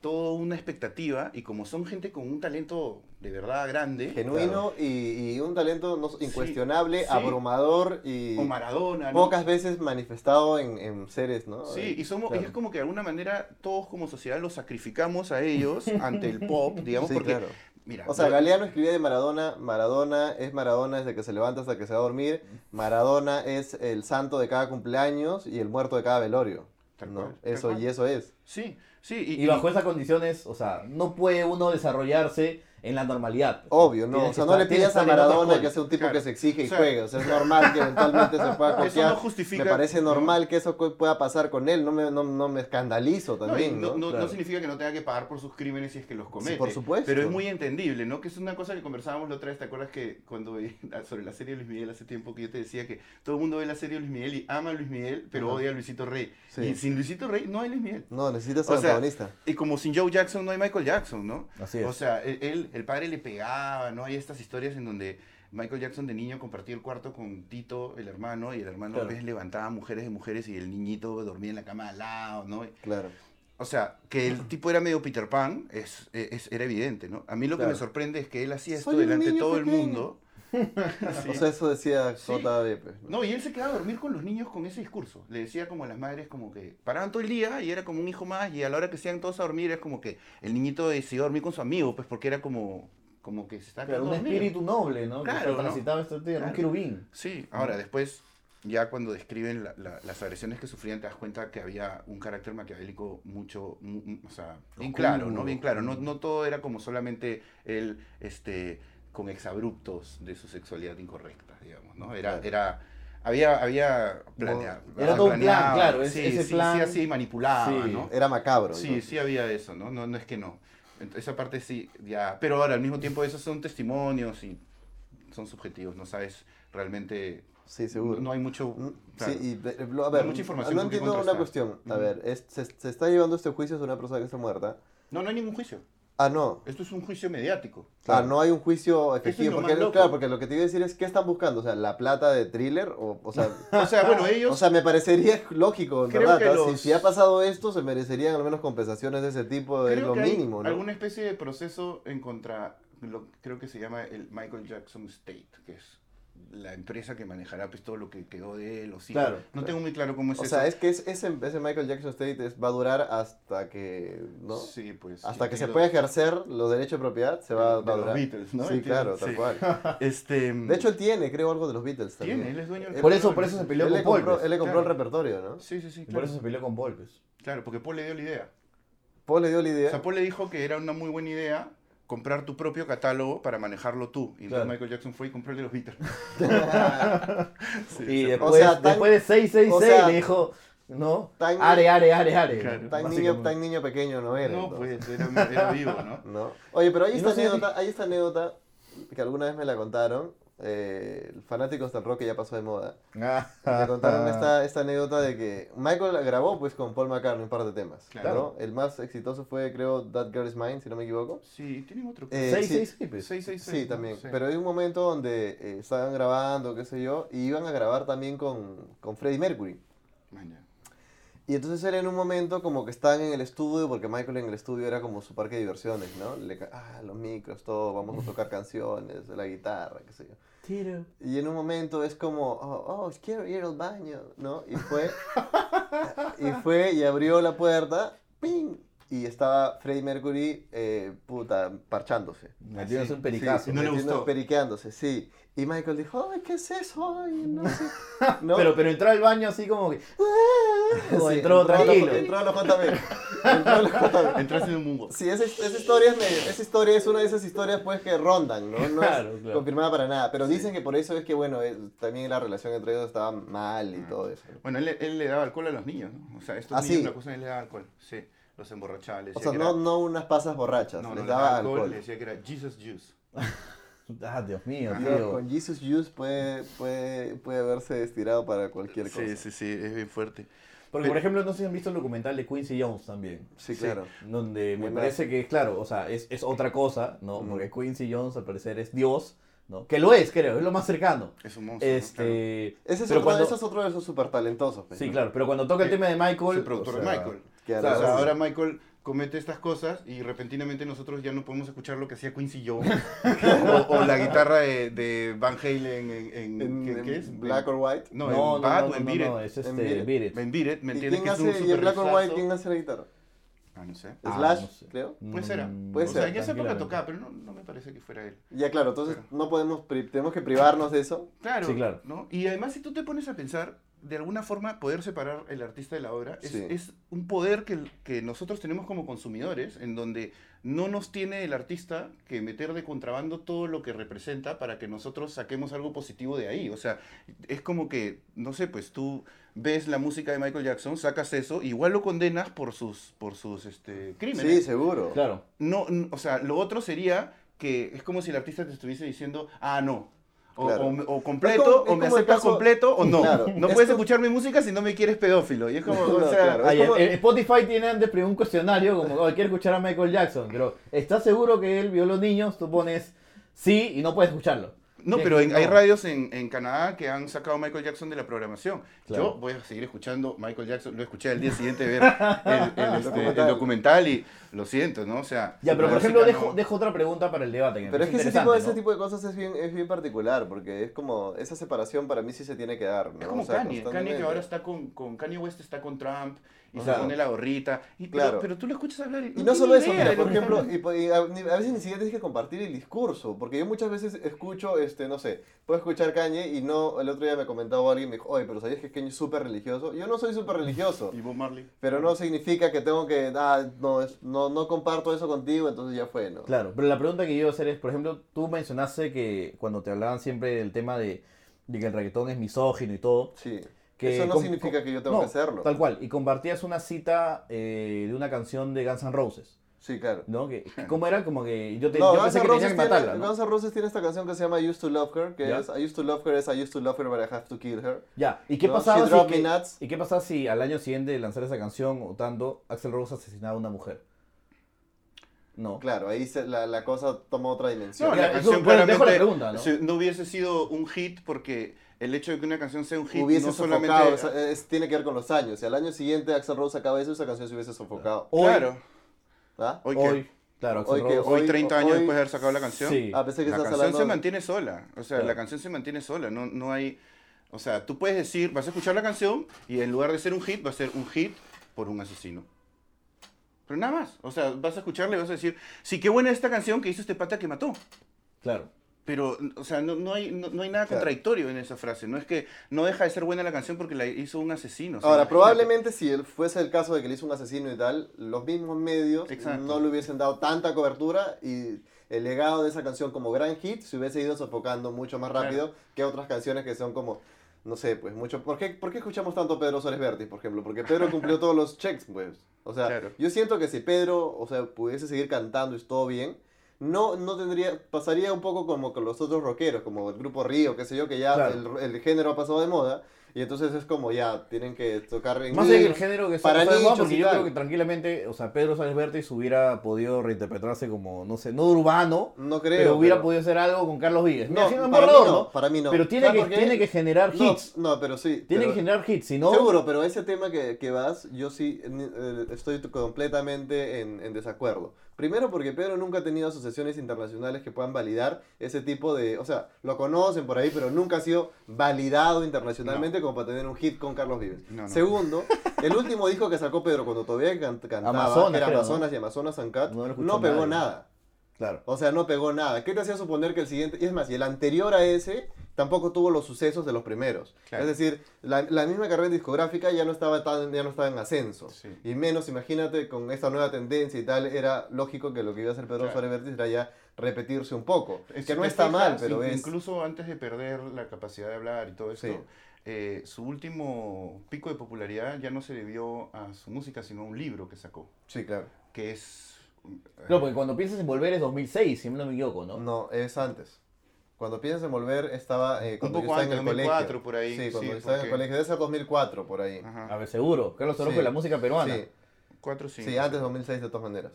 toda una expectativa y como son gente con un talento de verdad grande. Genuino y, y un talento no- incuestionable, sí. abrumador y O Maradona. ¿no? pocas veces manifestado en, en seres, ¿no? Sí, y somos, Claro. es como que de alguna manera todos como sociedad los sacrificamos a ellos ante el pop, digamos, Sí, porque, claro. mira, O sea, yo- Galeano escribía de Maradona, Maradona es Maradona desde que se levanta hasta que se va a dormir, Maradona es el santo de cada cumpleaños y el muerto de cada velorio. Tal ¿no? cual, tal Eso, cual. y eso es. sí, sí, y, Y bajo esas condiciones, o sea, no puede uno desarrollarse en la normalidad. Obvio, ¿no? Tienes O sea, que no estar- le tienes pidas que a estar en otro Maradona col. que sea un tipo Claro. que se exige y O sea, juegue. O sea, es normal que eventualmente se pueda Eso copiar. no justifica- Me parece no. normal que eso co- pueda pasar con él. No me, no, no me escandalizo No, y también, no- ¿no? no- no Claro. significa que no tenga que pagar por sus crímenes si es que los comete. por supuesto. Pero es muy entendible, ¿no? Que es una cosa que conversábamos la otra vez, ¿te acuerdas que cuando vi- sobre la serie de Luis Miguel hace tiempo que yo te decía que todo el mundo ve la serie de Luis Miguel y ama a Luis Miguel, pero Ajá. odia a Luisito Rey? Sí. Y sin Luisito Rey no hay Luis Miguel. No, necesitas O al sea, protagonista. Y como sin Joe Jackson no hay Michael Jackson, ¿no? Así es. O sea, él- él, el padre le pegaba, ¿no? Hay estas historias en donde Michael Jackson de niño compartía el cuarto con Tito, el hermano, y el hermano Claro. pues, levantaba mujeres de mujeres y el niñito dormía en la cama al lado, ¿no? Claro. O sea, que el tipo era medio Peter Pan, es, e-, es- era evidente, ¿no? A mí lo que me Claro. sorprende es que él hacía esto Soy un delante de niño todo el pequeño. mundo. Sí. O sea, eso decía Sí. JB. pues, ¿no? no, y él se quedaba a dormir con los niños con ese discurso. Le decía como a las madres como que paraban todo el día y era como un hijo más y a la hora que se iban todos a dormir es como que el niñito decidió dormir con su amigo, pues porque era como, como que se estaba Claro, un quedando dormido. espíritu noble, ¿no? Claro, que ¿no? transitaba este esta tierra, Claro. un querubín. Sí, ahora después, ya cuando describen la- la- las agresiones que sufrían, te das cuenta que había un carácter maquiavélico mucho, mu- mu- o sea, Oscuro. bien mm. claro, ¿no? Bien claro. No, no todo era como solamente él, este, con exabruptos de su sexualidad incorrecta, digamos, ¿no? Era, era, había, había planeado. Era todo un plan, planeaba, claro, es- sí, ese sí, plan- Sí, así manipulaba, Sí. ¿no? Era macabro. Sí, entonces. sí había eso, ¿no? No, no es que no. Ent- Esa parte sí, ya. Pero ahora, al mismo tiempo, esos son testimonios y son subjetivos, no sabes realmente. Sí, seguro. No hay mucho. Mm, claro. Sí, y de- lo- a No ver, hay mucha información no con qué entiendo una contrastar. cuestión. A Ujú. ver, es- se, se está llevando este juicio sobre una persona que está muerta. No, no hay ningún juicio. Ah, no. Esto es un juicio mediático. Ah, no hay un juicio efectivo. lo porque, más loco. claro, porque lo que te iba a decir es, ¿qué están buscando? O sea, ¿la plata de thriller? O, o sea, O sea, bueno, ellos. o sea, me parecería lógico, en Creo ¿verdad? que Si- los- Si, ha pasado esto, se merecerían al menos compensaciones de ese tipo, es creo lo que hay mínimo, ¿no? alguna especie de proceso en contra. Lo, creo que se llama el Michael Jackson State, que es la empresa que manejará pues todo lo que quedó de él, los hijos. Claro, no claro. tengo muy claro cómo es O eso. sea, es que es- ese, ese Michael Jackson State es- va a durar hasta que, ¿no? Sí, pues. hasta yo que se tengo- pueda ejercer los derechos de propiedad, se va, de va a los durar. Beatles, ¿no? Sí, claro, Entiendo, tal sí. cual. Este, De hecho, él tiene, creo, algo de los Beatles también. Tiene, él es dueño del Él- Por eso, por eso se peleó Él le con Paul. compró, pues. él le compró claro. el repertorio, ¿no? Sí, sí, sí, Por claro. eso se peleó con Paul. pues. Claro, porque Paul le dio la idea. Paul le dio la idea. O sea, Paul le dijo que era una muy buena idea comprar tu propio catálogo para manejarlo tú. Y entonces Claro. Michael Jackson fue y compró el de los Beatles. Sí, Y sí. después, O sea, tan- después de 666 o sea, le dijo, ¿no? tan- are, are, are, are. Claro. tan, niño, Básicamente. tan niño pequeño no era. No, entonces, pues era, era vivo, ¿no? ¿no? Oye, pero hay Y esta, no sé si- anécdota, hay esta anécdota que alguna vez me la contaron. Eh, fanáticos del rock que ya pasó de moda. Ah, Me contaron ah, esta, esta anécdota de que Michael grabó pues con Paul McCartney un par de temas. Claro. ¿no? El más exitoso fue, creo, That Girl Is Mine, si no me equivoco. Sí, tienen otro. Eh, sí. 666, pues. 666. Sí, ¿no? también. Sí. Pero hay un momento donde eh, estaban grabando, qué sé yo, y iban a grabar también con, con Freddie Mercury. Maña. Y entonces era en un momento como que estaban en el estudio, porque Michael en el estudio era como su parque de diversiones, ¿no? Le ca- ah, los micros, todo, vamos a tocar canciones, la guitarra, qué sé yo. Tiro. Y en un momento es como, oh, oh, quiero ir al baño, ¿no? Y fue, y fue y abrió la puerta, ¡ping! Y estaba Freddie Mercury, eh, puta, parchándose. Ah, Metiéndose sí, un pericazo. pues. sí, No le metiendo- gustó. Periqueándose, sí. Y Michael dijo, ay, ¿qué es eso? Ay, no sé. ¿No? Pero, pero entró al baño así como que. Ah, o Sí, entró a la- tranquilo. entró a la JB. Entró a la JB. Entraste en un mundo. Sí, esa, esa historia es, medio- esa historia es una de esas historias pues que rondan, ¿no? No Claro, es claro. confirmada para nada. Pero dicen que por eso es que, bueno, eh, también la relación entre ellos estaba mal Mm. y todo eso. ¿no? Bueno, él, le- él le daba alcohol a los niños, ¿no? O sea, estos Ah, niños, sí. la cosa, él le daba alcohol. Sí, los emborrachaba. le O decía sea, que no, era- no unas pasas borrachas, no, no, les le daba alcohol. Le decía que era Jesus Juice. Ah, Dios mío, Ajá. Pero tío. con Jesus Juice puede, puede, puede haberse estirado para cualquier cosa. Sí, sí, sí, es bien fuerte. Porque, por ejemplo, no sé si han visto el documental de Quincy Jones también. Sí, claro. Donde me Buenazo. parece que, claro, o sea, es, es otra cosa, ¿no? Mm. Porque Quincy Jones al parecer es Dios, ¿no? Que lo es, creo, es lo más cercano. Es un monstruo. ¿no? Este. Ese es, pero otro, cuando- ese es otro de esos súper talentosos. pues, Sí, ¿no? claro, pero cuando toca el Sí, tema de Claro. Es Michael. el productor o sea, de Michael. Que O a sea, la- ahora Michael comete estas cosas y repentinamente nosotros ya no podemos escuchar lo que hacía Quincy Jones o, o la guitarra de, de Van Halen en, en- En- ¿qué- en ¿qué es? Black or White. No, en Bad o en Beat It. es En este, Beat Beat It. En Beat It, ¿me ¿Y entiendes? quién Que es hace, un y en Black or White superrifazo. quién hace la guitarra? Ah, no sé. Ah, Slash, no sé. creo. Pues era. Mm, Puede o sea, ser. en esa época Tranquilamente. tocaba, pero no, no me parece que fuera él. Ya claro, entonces no podemos, pri- tenemos que privarnos de eso. Claro, Sí, claro. ¿no? Y además, si tú te pones a pensar, de alguna forma, poder separar el artista de la obra es, Sí. es un poder que, que nosotros tenemos como consumidores, en donde no nos tiene el artista que meter de contrabando todo lo que representa para que nosotros saquemos algo positivo de ahí. O sea, es como que, no sé, pues tú ves la música de Michael Jackson, sacas eso, igual lo condenas por sus, por sus este, crímenes. Sí, seguro. Claro. no, n- o sea, lo otro sería que es como si el artista te estuviese diciendo, ah, no. O, Claro. o me- o Es completo, como- es o me como el aceptas caso- completo, o no. Claro. No Es puedes como- escuchar mi música si no me quieres pedófilo. Y es como, o No, sea, claro. ah, Es Ay, como- el- el eh, Spotify tiene antes pre- un cuestionario como, oh, quiero escuchar a Michael Jackson, pero ¿estás seguro que él vio a los niños? Tú pones sí y no puedes escucharlo. no, Sí, pero en- no. hay radios en, en Canadá que han sacado Michael Jackson de la programación. Claro. Yo voy a seguir escuchando Michael Jackson, lo escuché al día siguiente de ver el, el, este, el documental. documental y lo siento, ¿no? O sea, Ya, pero la por ejemplo, música dejo, no- dejo otra pregunta para el debate. me Pero es que parece ese tipo, ese interesante, tipo de cosas es bien, es bien particular, porque es como, esa separación para mí sí se tiene que dar, ¿no? Es como O sea, Kanye, Kanye que constantemente. ahora está con, con Kanye West, está con Trump y Ajá. se pone la gorrita. Y, pero- Claro. pero, tú lo escuchas hablar Y no solo eso, tiene mira, idea de por lo que ejemplo, habla. y, po- y a, ni- a veces ni siquiera tienes que compartir el discurso, porque yo muchas veces escucho, este, no sé, puedo escuchar Kanye y no, el otro día me comentaba alguien, me dijo, oye, pero ¿sabías que Kanye es súper religioso? Yo no soy súper religioso, Y Bob Marley. pero no significa que tengo que, ah, no, es- no, no comparto eso contigo, entonces ya fue, ¿no? Claro, pero la pregunta que yo iba a hacer es, por ejemplo, tú mencionaste que cuando te hablaban siempre del tema de, de que el reggaetón es misógino y todo, Sí. que eso no com- significa com- que yo tengo no, que hacerlo. Tal cual, y compartías una cita eh, de una canción de Guns N' Roses, Sí, claro. ¿no? Que, que ¿Cómo era? Como que yo, te, No, yo Guns pensé N' que tenía Roses que tiene, matarla, ¿no? Guns N' Roses tiene esta canción que se llama I Used to Love Her, que Ya. es I Used to Love Her es I Used to Love Her but I Have to Kill Her. Ya, ¿y qué No, pasaba She Drop si que- Me Nuts. ¿Y qué pasaba si al año siguiente de lanzar esa canción o tanto, Axel Rose asesinaba a una mujer? No. Claro, ahí se- la, la cosa toma otra dimensión. No, la ya, canción eso, bueno, dejo la claramente pregunta, ¿no? se- hubiese sido un hit porque el hecho de que una canción sea un hit hubiese no solamente... sofocado, o sea, es- tiene que ver con los años. Si al año siguiente Axel Rose acaba eso, esa canción se hubiese sofocado. Hoy, Claro, ¿ah? hoy, que- hoy, claro, Axel hoy que- Rose. hoy, hoy- 30 años hoy- después de haber sacado la canción. Sí. Ah, pensé que la estás canción hablando... se mantiene sola, o sea, Claro. la canción se mantiene sola, no, no hay, o sea, tú puedes decir, vas a escuchar la canción y en lugar de ser un hit, va a ser un hit por un asesino. Pero nada más, o sea, vas a escucharla y vas a decir, sí, qué buena esta canción que hizo este pata que mató. Claro. Pero, o sea, no, no hay, no, no hay nada Claro. contradictorio en esa frase, no es que no deja de ser buena la canción porque la hizo un asesino. o sea, Ahora, imagínate. probablemente si él fuese el caso de que le hizo un asesino y tal, los mismos medios Exacto. no le hubiesen dado tanta cobertura y el legado de esa canción como gran hit se hubiese ido sofocando mucho más Claro. rápido que otras canciones que son como, no sé, pues mucho... ¿Por qué, por qué escuchamos tanto Pedro Suárez Vértiz, por ejemplo? Porque Pedro cumplió todos los checks, pues. O sea, Claro. yo siento que si Pedro, o sea, pudiese seguir cantando y todo bien, no, no tendría, pasaría un poco como con los otros rockeros, como el grupo Río, qué sé yo, que ya Claro. el, el género ha pasado de moda, y entonces es como ya, tienen que tocar en Más allá que el género que se para pasó de moda, nichos porque y yo tal. creo que tranquilamente, o sea, Pedro Sánchez Vértiz hubiera podido reinterpretarse como, no sé, no urbano, No creo. pero, hubiera podido hacer algo con Carlos Vives. Me No, imagino un para mí borrador, no, para mí no. Pero tiene ¿Sabes que, por qué? tiene que generar No, hits. No, pero sí. Tiene pero- que generar hits, si no... Seguro, pero ese tema que, que vas, yo sí eh, estoy completamente en, en desacuerdo. Primero porque Pedro nunca ha tenido asociaciones internacionales que puedan validar ese tipo de... O sea, lo conocen por ahí, pero nunca ha sido validado internacionalmente como para tener un hit con Carlos Vives. No, no. Segundo, el último disco que sacó Pedro cuando todavía can- cantaba, Amazonas, que era creo, ¿no? Amazonas y Amazonas Uncut, No no, lo escuchó pegó nadie. nada. Claro. O sea, no pegó nada. ¿Qué te hacía suponer que el siguiente, y es más, y el anterior a ese tampoco tuvo los sucesos de los primeros? Claro. Es decir, la, la misma carrera discográfica ya no estaba, tan, ya no estaba en ascenso. Sí. Y menos, imagínate, con esta nueva tendencia y tal, era lógico que lo que iba a hacer Pedro Claro. Suárez Vértiz era ya repetirse un poco. que Si no te está fijas, mal, pero in- es... Incluso antes de perder la capacidad de hablar y todo esto, Sí. eh, su último pico de popularidad ya no se debió a su música, sino a un libro que sacó, Sí, claro. que es... No, porque cuando piensas en volver es 2006, si no me equivoco, ¿no? No, es antes. Cuando piensas en volver, estaba eh, cuando poco yo estaba en antes, el 2004 colegio. por ahí, Sí, cuando sí, yo estaba en el porque- colegio. Debe ser 2004, por ahí. Ajá, A ver, seguro. Carlos Orozco Sí. y la música peruana. Sí, cuatro, cinco. sí, antes 2006 de todas maneras.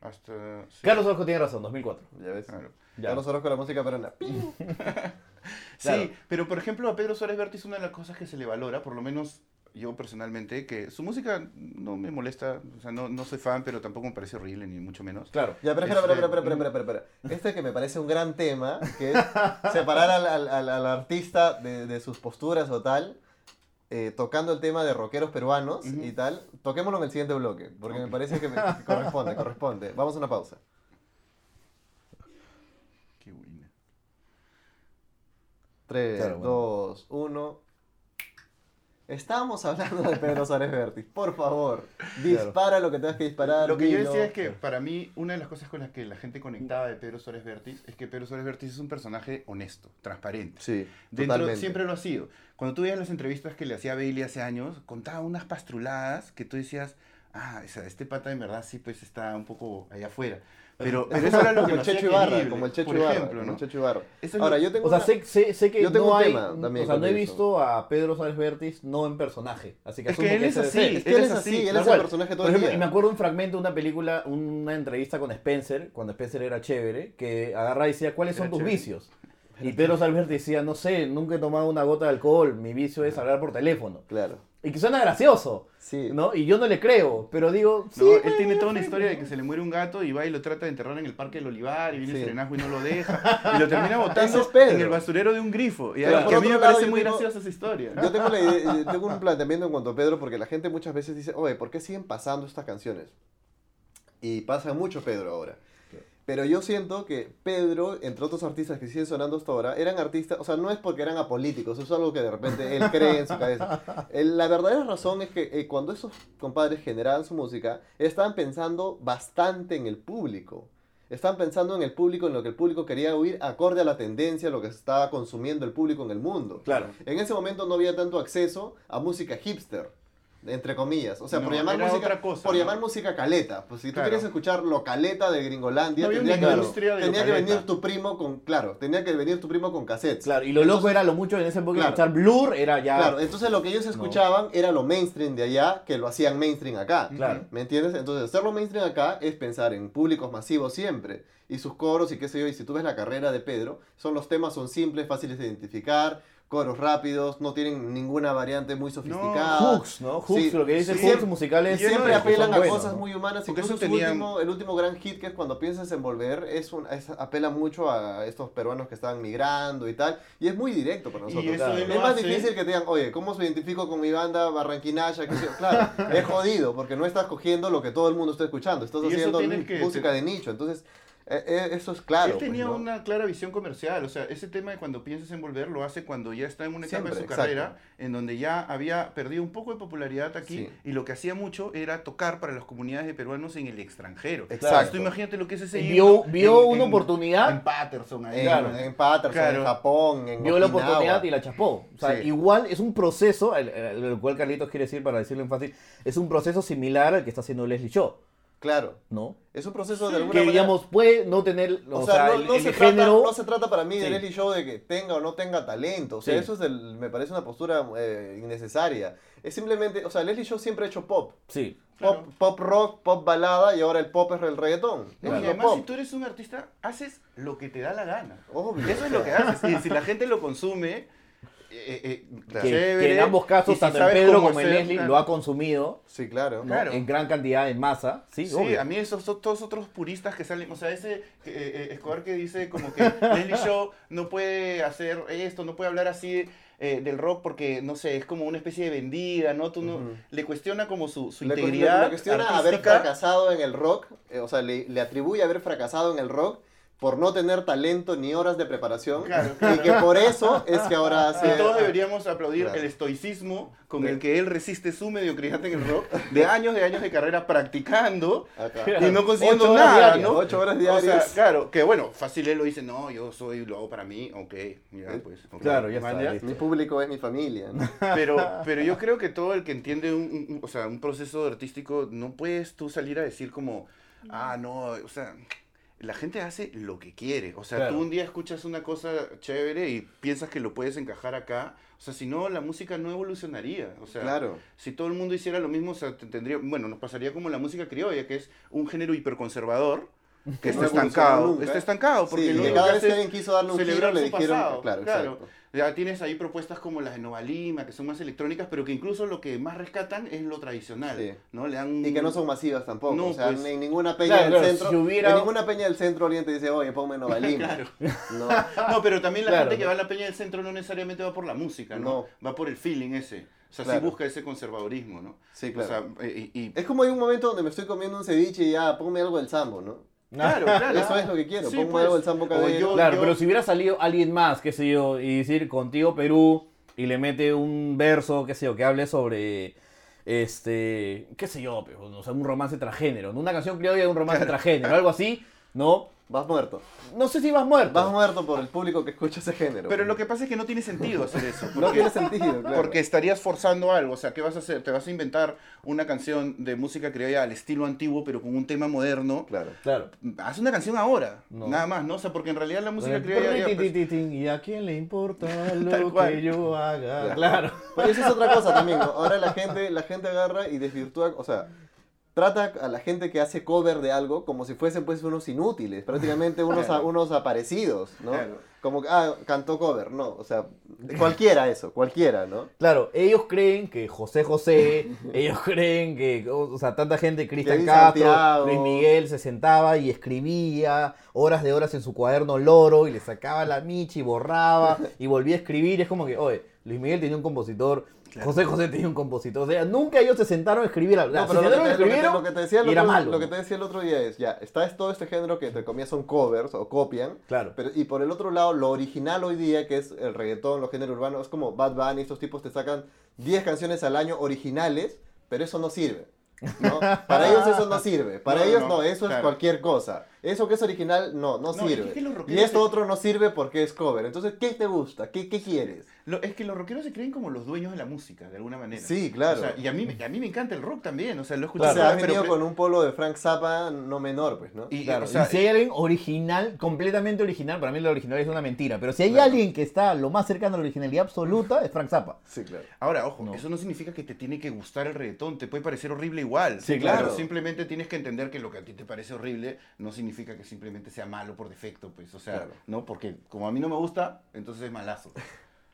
Hasta, sí, Carlos Orozco tiene razón, 2004. Ya ves. claro. Ya. Carlos Orozco, la música peruana. Sí, Claro. pero por ejemplo a Pedro Suárez Vértiz una de las cosas que se le valora, por lo menos yo personalmente, que su música no me molesta, o sea, no, no soy fan, pero tampoco me parece horrible, ni mucho menos. Claro. Ya, pero espera, Este, espera, espera, espera, espera, espera, espera. Este que me parece un gran tema, que es separar al, al- al- al artista de, de sus posturas o tal, eh, tocando el tema de rockeros peruanos y tal. Toquémoslo en el siguiente bloque, porque me parece que me que corresponde, corresponde. Vamos a una pausa. Qué buena. 3, Claro, bueno. 2, 1. Estábamos hablando de Pedro Suárez Vértiz. Por favor, dispara lo que tengas que disparar. Lo que yo dilo. pues. decía es que para mí una de las cosas con las que la gente conectaba de Pedro Suárez Vértiz es que Pedro Suárez Vértiz es un personaje honesto, transparente. Sí, Dentro totalmente. siempre lo ha sido. Cuando tú veías las entrevistas que le hacía Bailey hace años, contaba unas pastruladas que tú decías, ah, o sea, este pata en verdad sí pues está un poco allá afuera. Pero, pero eso era lo que Como lo el hacía Checho Ibarra, querible, como el Checho por Ibarra, ejemplo, como ¿no? el Checho Ibarra. Eso es Ahora, lo- yo tengo O sea, una- sé, sé- sé que Yo tengo no un hay. tema también o sea, con no he eso. visto a Pedro Sáenz Vértiz no en personaje. Así que Es asumo que él es ese debe así, ser. es que él es así, él tal es el cual. personaje todo Por el ejemplo, día. y me acuerdo un fragmento de una película, una entrevista con Spencer, cuando Spencer era chévere, que agarra y decía, ¿cuáles son Era tus chévere. vicios? Y Pedro Salverte decía, no sé, nunca he tomado una gota de alcohol, mi vicio es hablar por teléfono. Claro, Y que suena gracioso, sí. ¿no? Y yo no le creo, pero digo, sí, No, él güey, tiene ya toda una sé, historia de ¿no? que se le muere un gato y va y lo trata de enterrar en el parque del Olivar y viene Sí. el serenazgo y no lo deja. Y lo termina botando Ese es Pedro. en el basurero de un grifo. Y Claro. que a Por mí me otro lado, parece yo muy tengo- graciosa esa historia. Yo tengo, la idea- eh, tengo un planteamiento en cuanto a Pedro, porque la gente muchas veces dice, oye, ¿por qué siguen pasando estas canciones? Y pasa mucho Pedro ahora. Pero yo siento que Pedro, entre otros artistas que siguen sonando hasta ahora, eran artistas, o sea, no es porque eran apolíticos, eso es algo que de repente él cree en su cabeza. Eh, la verdadera razón es que eh, cuando esos compadres generaban su música, estaban pensando bastante en el público. Estaban pensando en el público, en lo que el público quería oír, acorde a la tendencia, a lo que se estaba consumiendo el público en el mundo. Claro. En ese momento no había tanto acceso a música hipster, entre comillas. O sea, No, por llamar era música, otra cosa, por ¿no? llamar música caleta. Pues si tú Claro. querías escuchar lo caleta de Gringolandia, No había tendría, una que, industria de lo tenía que caleta. venir tu primo con, claro, tenía que venir tu primo con cassettes. Claro, y lo loco era lo mucho en ese época Claro. escuchar Blur era ya... Claro, entonces lo que ellos escuchaban era lo mainstream de allá, que lo hacían mainstream acá. Claro. ¿Me entiendes? Entonces, hacerlo mainstream acá es pensar en públicos masivos siempre. Y sus coros y qué sé yo, y si tú ves la carrera de Pedro, son los temas, son simples, fáciles de identificar, coros rápidos, no tienen ninguna variante muy sofisticada. Hooks, ¿no? Hooks, Sí, lo que dice sí. Hooks Siempre- musicales yo no Siempre que son apelan a buenos, cosas ¿no? muy humanas, Porque incluso eso su tenían- último, el último gran hit que es cuando piensas en volver, es un, es- apela mucho a estos peruanos que estaban migrando y tal, y es muy directo para nosotros. Y eso claro. él lo Es más hace- difícil que te digan, oye, ¿cómo se identifico con mi banda barranquinaya? Que Claro, es jodido, porque no estás cogiendo lo que todo el mundo está escuchando, estás Y eso haciendo tienes mu- que- música de nicho, entonces eh, eh, eso es claro. Él pues, tenía ¿no? una clara visión comercial, o sea, ese tema de cuando piensas en volver lo hace cuando ya está en una etapa Siempre, de su exacto. carrera en donde ya había perdido un poco de popularidad aquí Sí. y lo que hacía mucho era tocar para las comunidades de peruanos en el extranjero. Exacto. Entonces, tú imagínate lo que es ese Y himno vio- vio en- una en- oportunidad. en Patterson ahí, En, Claro. ¿no? en Patterson, Claro. en Japón, en Vio la Okinawa. oportunidad y la chapó. O sea, Sí. igual es un proceso, el, el- el cual Carlitos quiere decir para decirlo en fácil, es un proceso similar al que está haciendo Leslie Shaw, Claro, ¿no? es un proceso de Que alguna manera- digamos, puede no tener, o, sea, no, el, no el se género... Trata, no se trata para mí de Sí. Leslie Show de que tenga o no tenga talento. O sea, Sí. eso es del- me parece una postura eh, innecesaria. Es simplemente, o sea, Leslie Show siempre ha hecho pop. Sí, Pop, Claro. pop rock, pop balada y ahora el pop es el reggaetón. No, Es y lo además, pop. si tú eres un artista, haces lo que te da la gana. Obvio. Eso es lo que haces. Y si la gente lo consume, eh, eh, Que- que, chévere. que en ambos Y casos, si tanto en sabes Pedro cómo como en hacer, Leslie, claro. lo ha consumido Sí, claro. ¿no? Claro. en gran cantidad, en masa. Sí, Sí, obvio. a mí esos son todos otros puristas que salen, o sea, ese eh, eh, Escobar que dice como que Leslie Show no puede hacer esto, no puede hablar así eh, del rock porque, no sé, es como una especie de vendida, ¿no? Tú no Ujú. le cuestiona como su, su Le cu- le- integridad le cuestiona haber artística. fracasado en el rock, eh, o sea, le, le atribuye haber fracasado en el rock por no tener talento ni horas de preparación. Claro, Y que por eso es que ahora hace. Y todos deberíamos aplaudir Claro. el estoicismo con Sí. el que él resiste su mediocridad en el rock, de años de años de carrera practicando Acá. y no consiguiendo Ah, Ocho horas nada, diarias, ¿no? ocho horas O sea, diarias. claro, que bueno, fácil él lo dice, no, yo soy, lo hago para mí, ok, Eh, ya pues. ok, Claro, ya está, ¿mandas? listo. Mi público es mi familia. ¿no? Pero, pero yo creo que todo el que entiende un, un- un- o sea, un proceso artístico, no puedes tú salir a decir como, ah, no, o sea, la gente hace lo que quiere. O sea, Claro. tú un día escuchas una cosa chévere y piensas que lo puedes encajar acá. O sea, si no, la música no evolucionaría. O sea, Claro. si todo el mundo hiciera lo mismo, o sea, te- tendría, bueno, nos pasaría como la música criolla, que es un género hiperconservador. que no está evoluciona estancado. nunca. Está estancado porque Sí, lo que único cada que vez hace que es alguien quiso darle un celebrar giro le su dijeron, pasado, claro, exacto. Ya tienes ahí propuestas como las de Nova Lima, que son más electrónicas, pero que incluso lo que más rescatan es lo tradicional, Sí. ¿no? Le dan un- Y que no son masivas tampoco. No, o sea, pues. ni en ninguna peña Claro, del claro, centro. si hubiera- En ninguna peña del centro alguien te dice, oye, ponme Nova Lima. No. No, pero también la Claro, gente que no. va a la peña del centro no necesariamente va por la música, ¿no? Va por el feeling ese. O sea, Claro. sí busca ese conservadorismo, ¿no? Sí, O claro. sea, eh, y, y- Es como hay un momento donde me estoy comiendo un ceviche y ya, ponme algo del sambo, ¿no? Claro, claro. Eso es lo que quiero, Sí, ponme pues. algo del sambo O caballero. yo- Claro, pero si hubiera salido alguien más, qué sé yo, y decir contigo Perú y le mete un verso, qué sé yo, que hable sobre este, qué sé yo, pero, o sea, un romance transgénero, ¿no? una canción criolla de un romance transgénero, algo así, ¿no? Vas muerto. No sé si vas muerto. Vas muerto por el público que escucha ese género. Pero lo que pasa es que no tiene sentido hacer eso. no Porque, tiene sentido, claro. porque estarías forzando algo. O sea, ¿qué vas a hacer? Te vas a inventar una canción de música criolla al estilo antiguo, pero con un tema moderno. Claro. Claro. Haz una canción ahora. No. Nada más, ¿no? O sea, porque en realidad la música criolla. ya, pues, Y a quién le importa Tal lo cual. que yo haga. Claro. Claro. Pero Pues eso es otra cosa también, ¿no? Ahora la gente, la gente agarra y desvirtúa, o sea, trata a la gente que hace cover de algo como si fuesen pues unos inútiles, prácticamente unos, a- Claro. unos aparecidos, ¿no? Claro. Como que, ah, cantó cover, no, o sea, cualquiera eso, cualquiera, ¿no? Claro, ellos creen que José José, ellos creen que, o o sea, tanta gente, Cristian Kevin Castro, Santiago. Luis Miguel se sentaba y escribía horas de horas en su cuaderno loro y le sacaba la michi y borraba y volvía a escribir. Es como que, oye, Luis Miguel tenía un compositor, José José tenía un compositor. O sea, nunca ellos se sentaron a escribir. algo. No, se pero lo que, sentaron te, a lo que te- escribir lo que te decía el y era otro, malo. lo que te decía el otro día es, ya, está es todo este género que te comías son covers o copian, Claro. pero, y por el otro lado, lo original hoy día, que es el reggaetón, los géneros urbanos, es como Bad Bunny, estos tipos te sacan 10 canciones al año originales, pero eso no sirve. ¿no? Para ellos eso no sirve. Para No, ellos no, no, eso es claro. cualquier cosa. Eso que es original no, no, No, y sirve. es que los y rockeros esto se- otro no sirve porque es cover. Entonces, ¿qué te gusta? ¿Qué, qué quieres? lo- es que los rockeros se creen como los dueños de la música, de alguna manera. Sí, claro. O sea, y a mí, me- a mí me encanta el rock también. O sea, lo he O escuchado. sea, has pero- venido pero- con un polo de Frank Zappa no menor, pues, ¿no? y- y, Claro, o sea, y si hay alguien original, completamente original, para mí lo original es una mentira, pero si hay Claro. alguien que está lo más cercano a la originalidad absoluta, es Frank Zappa. Sí, claro. Ahora, ojo, No. eso no significa que te tiene que gustar el reggaetón, te puede parecer horrible igual. Sí, Pero claro. Simplemente tienes que entender que lo que a ti te parece horrible no significa que simplemente sea malo por defecto, pues, o sea, Claro. ¿no? Porque como a mí no me gusta, entonces es malazo.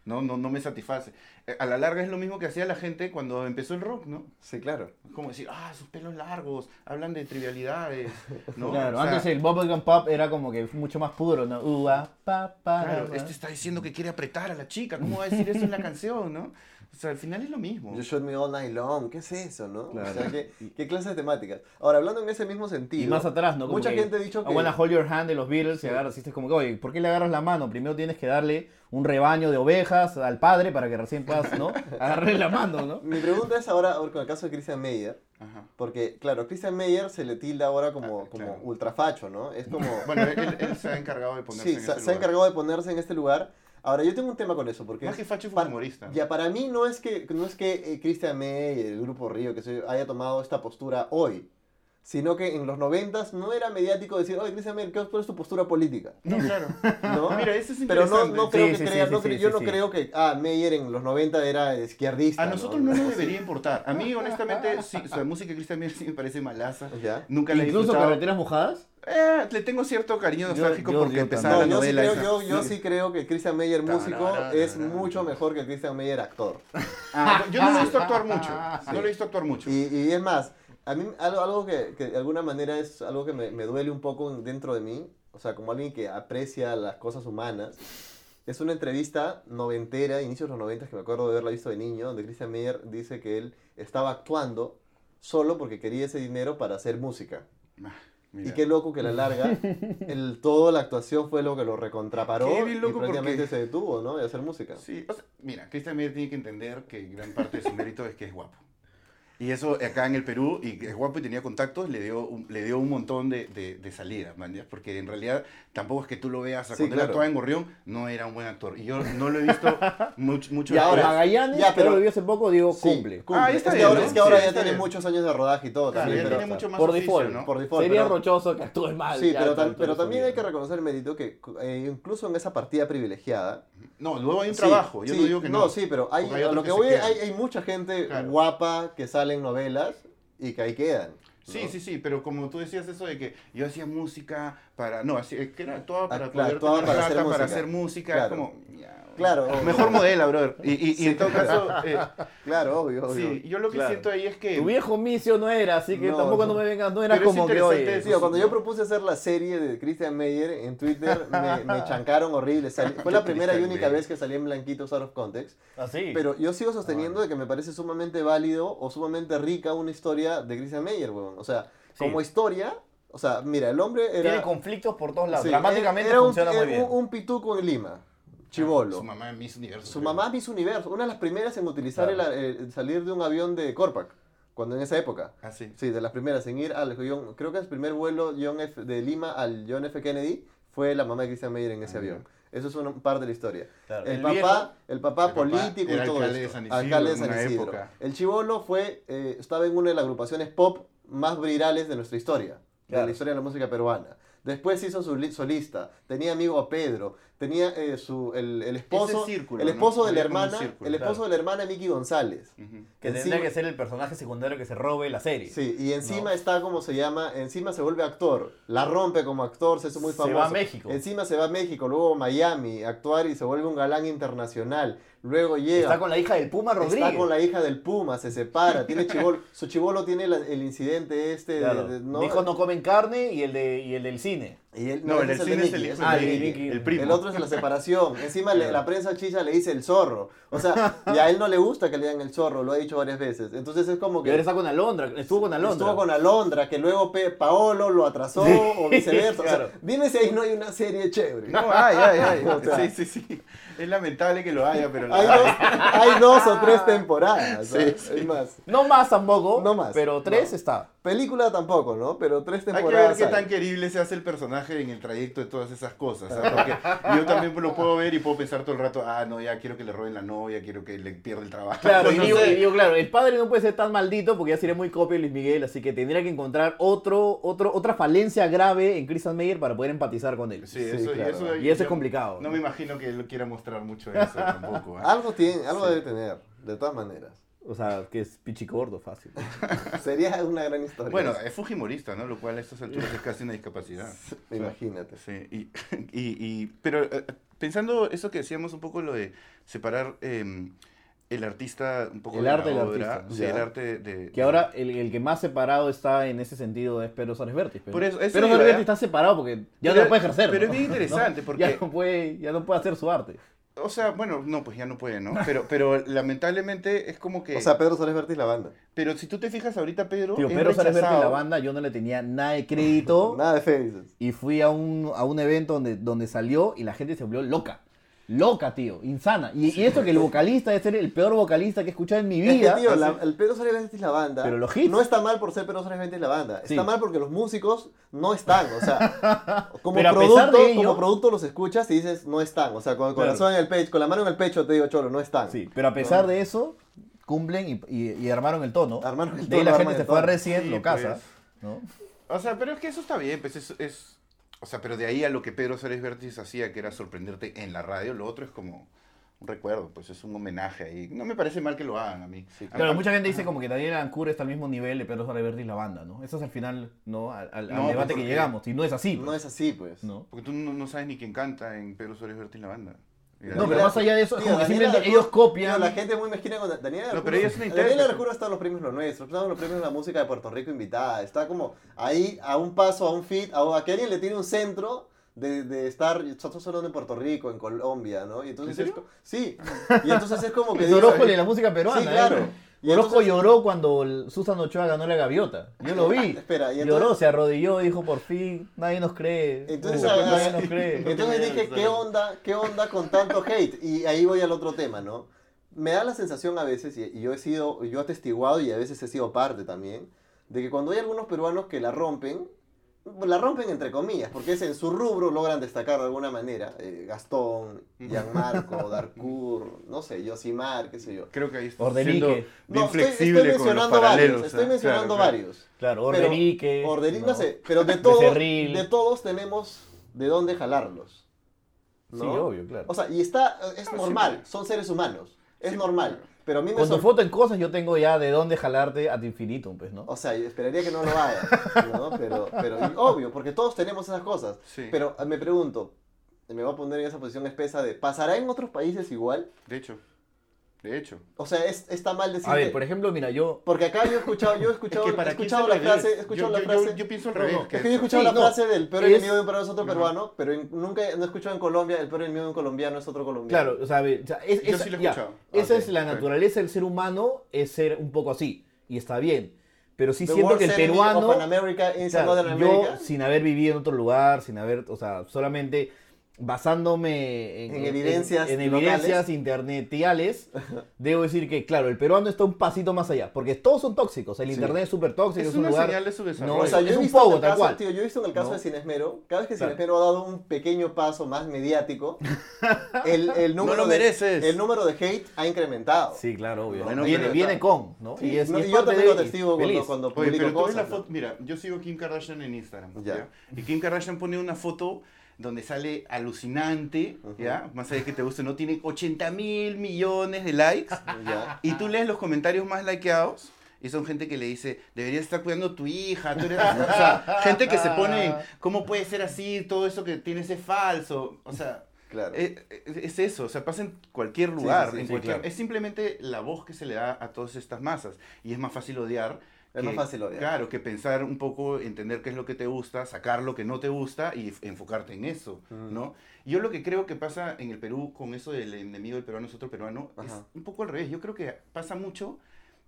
No, no, no me satisface. Eh, A la larga es lo mismo que hacía la gente cuando empezó el rock, ¿no? Sí, claro. Como decir, ah, sus pelos largos, hablan de trivialidades, ¿no? Claro, O sea, antes el bubblegum pop era como que mucho más puro, ¿no? Ua, pa, pa, Claro, ra, este ra. está diciendo que quiere apretar a la chica, ¿cómo va a decir eso en la canción, no? O sea, al final es lo mismo. You showed me all night long, ¿qué es eso, no? O Claro. sea, ¿qué, qué clase de temáticas? Ahora, hablando en ese mismo sentido. Y más atrás, ¿no? Como mucha que, gente ha dicho que. I wanna hold your hand de los Beatles y agarras, y es como que, oye, ¿por qué le agarras la mano? Primero tienes que darle un rebaño de ovejas al padre para que recién puedas, ¿no? Agarrarle la mano, ¿no? Mi pregunta es ahora ahora con el caso de Christian Meyer, Ajá. porque, claro, Christian Meyer se le tilda ahora como, Ah, como claro. ultrafacho, ¿no? Es como. Bueno, él, él se ha encargado de ponerse sí, en se, se ese ha lugar. encargado de ponerse en este lugar. Ahora, yo tengo un tema con eso, porque. Más que es- facho pa- fue humorista. Ya, para mí no es que, no es que eh, Christian May, el grupo Río, que se haya tomado esta postura hoy, sino que en los noventas no era mediático decir, oye, Christian May, ¿cuál es tu postura política? No, claro. ¿no? Mira, eso es Pero no, interesante. no creo Sí, que sí, crea, sí, no sí, cre- sí, yo sí, no sí. creo que, ah, Meyer en los 90 era izquierdista. A nosotros no nos debería importar. A mí, honestamente, sí, o sea, música cristiana Meyer sí me parece malaza. Ya. Nunca la he Incluso disfrutado. carreteras mojadas. Eh, le tengo cierto cariño Yo- nostálgico yo- porque yo empezaba No, yo la sí, novela creo, esa. yo, yo sí creo que Christian Meyer músico Tararara, es tararara. mucho mejor que Christian Meyer actor. Ah, yo no lo he visto actuar mucho. No Sí. lo he visto actuar mucho. Y, y es más, a mí algo, algo que, que de alguna manera es algo que me, me duele un poco en- dentro de mí, o sea, como alguien que aprecia las cosas humanas, es una entrevista noventera, inicios de los noventas, que me acuerdo de haberla visto de niño, donde Christian Meyer dice que él estaba actuando solo porque quería ese dinero para hacer música. Ah, Y mira. qué loco que a la larga, el, toda la actuación fue lo que lo recontraparó Qué bien y loco, prácticamente porque- se detuvo, ¿no? De hacer música. Sí, o sea, mira, Christian Meyer tiene que entender que gran parte de su mérito es que es guapo. Y eso acá en el Perú, y que es guapo y tenía contactos, le dio un, le dio un montón de, de, de salida, man, ¿ya? porque en realidad tampoco es que tú lo veas. o sea, Sí, cuando él claro. actuaba en Gorrión, no era un buen actor. Y yo no lo he visto much- mucho. Y ahora- después. Magallanes, ya, ya, pero pero- lo vi hace poco, digo, Sí, cumple. cumple. Ah, ahí está es que bien, ahora, ¿no? es que ahora Sí, ya está tiene bien. muchos años de rodaje y todo Claro, también. ya pero, tiene o sea, mucho más por oficio, default, ¿no? por default. Sería pero- rochoso que actúe mal. Sí, Ah, ya, pero, todo- tam- todo pero eso también bien. hay que reconocer el mérito que eh, incluso en esa partida privilegiada. No, luego hay un sí, trabajo. Yo sí, no digo que no. sí, pero hay, Porque hay a otros lo que que se voy quedan. hay, hay mucha gente Claro. guapa que sale en novelas y que ahí quedan. Sí, ¿no? sí, sí, pero como tú decías eso de que yo hacía música para... No, hacía, que era todo para Ah, claro, poder todo tener para plata, hacer para música. hacer música, Claro. es como... ya, Claro, obvio. Mejor modela, brother. Y, y- y en todo caso, eh, Claro, obvio, obvio. sí, yo lo que Claro. siento ahí es que... Tu viejo misio no era, así que No, tampoco no. no me vengas, no era Pero es como que interesante oye. eso. Sí, o cuando yo propuse hacer la serie de Christian Meyer en Twitter, me, me chancaron horrible. Salí- fue la primera y Christian única Meyer. vez que salí en blanquitos out of context. Así. Pero yo sigo sosteniendo de que me parece sumamente válido o sumamente rica una historia de Christian Meyer, weón. O sea, como historia, o sea, mira, el hombre era... Tiene conflictos por todos lados. sí, Dramáticamente era un- funciona era muy bien. Ah, Un, un pituco en Lima, chivolo. Ah, Su mamá en Miss Universo. Su mamá Miss Universo, una de las primeras en utilizar Claro. el, el salir de un avión de Corpac, cuando en esa época. Ah, sí. Sí, de las primeras en ir al John- creo que el primer vuelo John F- de Lima al John F. Kennedy fue la mamá de Christian Meyer Ah, en ese avión. Eso es una parte de la historia. Claro. El, El papá, viejo- el papá el papá político era y todo alcalde de esto. San Isidro Alcalde de en San una Isidro. época. El chivolo fue, eh, estaba en una de las agrupaciones pop más virales de nuestra historia, de Claro. la historia de la música peruana. Después hizo su li- solista, tenía amigo a Pedro, tenía eh, su, el, el esposo, Ese círculo, el ¿no? esposo de la Había como un hermana, círculo, el esposo claro. de la hermana Vicky González. Ujú. Que Encima- tendría que ser el personaje secundario que se robe la serie. Sí, y encima está como se llama, encima se vuelve actor, la rompe como actor, se hizo muy Se famoso. va a México. Encima se va a México, luego a Miami a actuar y se vuelve un galán internacional. Luego llega. Está con la hija del Puma Rodríguez. Está con la hija del Puma, se separa, tiene chivolo. Su chivolo tiene la- el incidente este. de- Claro. de- ¿no? Dijo no comen carne y el, de, y el del cine. Y él- No, el ese del cine de es el Nicky, hijo ese de es el de Nicky, Nicky. el primo. El otro es la separación. Encima le- la prensa chicha le dice el zorro. O sea, y a él no le gusta que le digan el zorro, lo ha dicho varias veces. Entonces es como Y que. ahora está con Alondra. Estuvo con Alondra. Estuvo con Alondra, que luego Pe- Paolo lo atrasó o viceversa. O sea, claro. dime si ahí no hay una serie chévere. No, ay, ay, ay. O sea, sí, sí, sí. Es lamentable que lo haya, pero la Hay dos, hay dos o tres temporadas. Sí, ¿sabes? sí. Es más. No más tampoco. No más. Pero tres está. Película tampoco, ¿no? Pero tres Hay que ver temporadas. qué tan hay. querible se hace el personaje en el trayecto de todas esas cosas. ¿sabes? Porque yo también lo puedo ver y puedo pensar todo el rato, ah, no, ya quiero que le roben la novia, quiero que le pierda el trabajo. Claro, y No digo, sé. y digo, claro, el padre no puede ser tan maldito porque ya sería muy copia de Luis Miguel, así que tendría que encontrar otro, otro, otra falencia grave en Christian Meyer para poder empatizar con él. Sí, eso, claro. y eso, Y eso yo es complicado. No me imagino que él quiera mostrar mucho eso tampoco. ¿ah? Algo, tiene, algo debe tener, de todas maneras. O sea, que es pichicordo fácil. Sería una gran historia. Bueno, eh, es fujimorista, ¿no? Lo cual a estas alturas es casi una discapacidad. imagínate. Sí, y, y- y- pero eh, pensando eso que decíamos un poco lo de separar eh, el artista un poco El de arte la del obra, artista, o sea, el ya. arte de... Que ahora el, el que más separado está en ese sentido es Pedro Suárez Vértiz. pero- Por eso- eso Pedro iba, Suárez ¿eh? Vértiz está separado porque ya Pero- no puede ejercer. ¿no? pero es bien interesante ¿No? porque- Ya no, puede, ya no puede hacer su arte. O sea, bueno, no, pues ya no puede, ¿no? Pero, pero lamentablemente es como que... O sea, Pedro Suárez Vértiz, la banda. pero si tú te fijas ahorita, Pedro... Tío, es Pedro Suárez Vértiz, la rechazado. banda, yo no le tenía nada de crédito. Nada de fe, dices. Y fui a un, a un evento donde, donde salió y la gente se volvió loca. Loca, tío. Insana. Y, y esto que el vocalista debe ser el peor vocalista que he escuchado en mi Este Es que, vida. tío, la- el Pedro Suárez Vértiz, la banda. Pero los hits. No está mal por ser Pedro Suárez Vértiz, la banda. Está Sí. mal porque los músicos no están. O sea, como, Pero a producto, pesar de ello- como producto los escuchas y dices, no están. O sea, con el Claro. corazón en el pecho, con la mano en el pecho, te digo, cholo, no están. Sí, pero a pesar de eso, cumplen y, y- y armaron el tono. Armaron el de ahí la tono, gente arman se el fue a tono. recién, Sí, lo casa. pues. ¿no? O sea, pero es que eso está bien, pues es... es- o sea, pero de ahí a lo que Pedro Suárez Vértiz hacía, que era sorprenderte en la radio, lo otro es como un recuerdo, pues es un homenaje ahí. No me parece mal que lo hagan a mí. A- Claro, a- mucha gente dice como que Daniel Ancur está al mismo nivel de Pedro Suárez Vértiz y la banda, ¿no? Eso es al final, ¿no? Al, al- al No, debate que porque- llegamos. Y no es así. No pues, es así, pues. ¿no? Porque tú no, no sabes ni quién canta en Pedro Suárez Vértiz la banda. No, pero más allá de eso, es como que Daniela simplemente Arcuro- ellos copian. Tío, la gente es muy mezquina con Daniela No, Arcuro. pero ella es una Daniela intérprete. Arcuro está en los premios Lo Nuestro, está en los premios de la música de Puerto Rico invitada. Está como ahí a un paso, a un fit, a, a que alguien le tiene un centro de, de estar nosotros solo en Puerto Rico, en Colombia, ¿no? Y entonces ¿En es serio? co- sí. Y entonces es como que Lloró dice- con la música peruana. Sí, claro. ¿eh? Y Orozco entonces- lloró cuando el Susan Ochoa ganó la gaviota. Yo lo vi. Espera, y entonces- Lloró, se arrodilló, dijo por fin, nadie nos cree. Entonces, Uh, ah, nadie ah, nos cree. Entonces tenía dije, esa- ¿qué onda, ¿qué onda con tanto hate? Y ahí voy al otro tema, ¿no? Me da la sensación a veces, y, y yo he sido, yo he atestiguado y a veces he sido parte también, de que cuando hay algunos peruanos que la rompen, la rompen entre comillas, porque es en su rubro logran destacar de alguna manera. eh, Gastón, Gianmarco, Darkur, no sé, Yosimar, qué sé yo. Creo que ahí está Ordenique. siendo bien No, estoy, estoy flexible con los mencionando paralelos. varios, o sea, estoy mencionando claro, claro. varios. Claro, Pero- Orderique. Orderique, no. sé, pero de todos, Becerril. de todos tenemos de dónde jalarlos. ¿no? Sí, obvio, claro. O sea, y está, es Claro, normal, siempre. son seres humanos, es Ah, Sí, normal. claro. Pero a mí me Con tu sorprendió. foto en cosas yo tengo ya de dónde jalarte ad infinitum, pues, ¿no? O sea, yo esperaría que no lo haga, ¿no? Pero, pero y obvio, porque todos tenemos esas cosas. Sí. Pero ah, me pregunto, me voy a poner en esa posición espesa de, ¿pasará en otros países igual? De hecho. De hecho. O sea, es, está mal decir A ver, por ejemplo, mira, yo... Porque acá yo he escuchado, yo he escuchado, para he aquí es escuchado al la revés. frase, he escuchado Yo- la yo- frase... Yo, yo pienso al No, revés. no, que es que yo he eso. escuchado Sí, la no. frase del peor Es- enemigo de un peruano es otro Ajá. peruano, pero en- nunca he- no he escuchado en Colombia, el peor enemigo de un colombiano es otro colombiano. Claro, o sea, a ver, o sea, es- Yo esa, sí lo he ya, escuchado. esa Ok, es la ok. naturaleza del ser humano, es ser un poco así, y está bien. Pero sí The siento worst que el enemy of peruano... an America is Claro, another yo America. sin haber vivido en otro lugar, sin haber, o sea, solamente basándome en, En evidencias en, locales. evidencias internetiales, debo decir que, claro, el peruano está un pasito más allá, porque todos son tóxicos, el Sí. internet es súper tóxico, Es es un una lugar... señal de su desarrollo. No, O sea, es, yo he un visto en pogo, el tal caso, cual. tío, yo he visto en el caso No. de Cinesmero, cada vez que Claro. Cinesmero ha dado un pequeño paso más mediático, el, el número lo de, mereces. El número de hate ha incrementado. Sí, claro, obvio. Bueno, viene, pero- viene con, ¿no? Sí, Y es, no, y es y yo parte también de lo testigo feliz. cuando, cuando Oye, publico pero tú ves cosas. la ¿no? foto, mira, yo sigo a Kim Kardashian en Instagram, Ya. ¿ya? Y Kim Kardashian pone una foto donde sale alucinante, ¿ya? Más allá de que te guste, no tiene 80 mil millones de likes. Ya. Y tú lees los comentarios más likeados y son gente que le dice, deberías estar cuidando a tu hija, tú eres-". O sea, gente que se pone, en, ¿cómo puede ser así? Todo eso que tienes es falso. O sea, Claro. eh, eh, es, eso, o sea, pasa en cualquier sí, lugar. sí, en sí, cualquier- claro. Es simplemente la voz que se le da a todas estas masas. Y es más fácil odiar. Es más fácil odiar. Claro, que pensar un poco, entender qué es lo que te gusta, sacar lo que no te gusta y f- enfocarte en eso, Mm. ¿no? Yo lo que creo que pasa en el Perú con eso del enemigo del peruano es otro peruano, es Ajá. un poco al revés. Yo creo que pasa mucho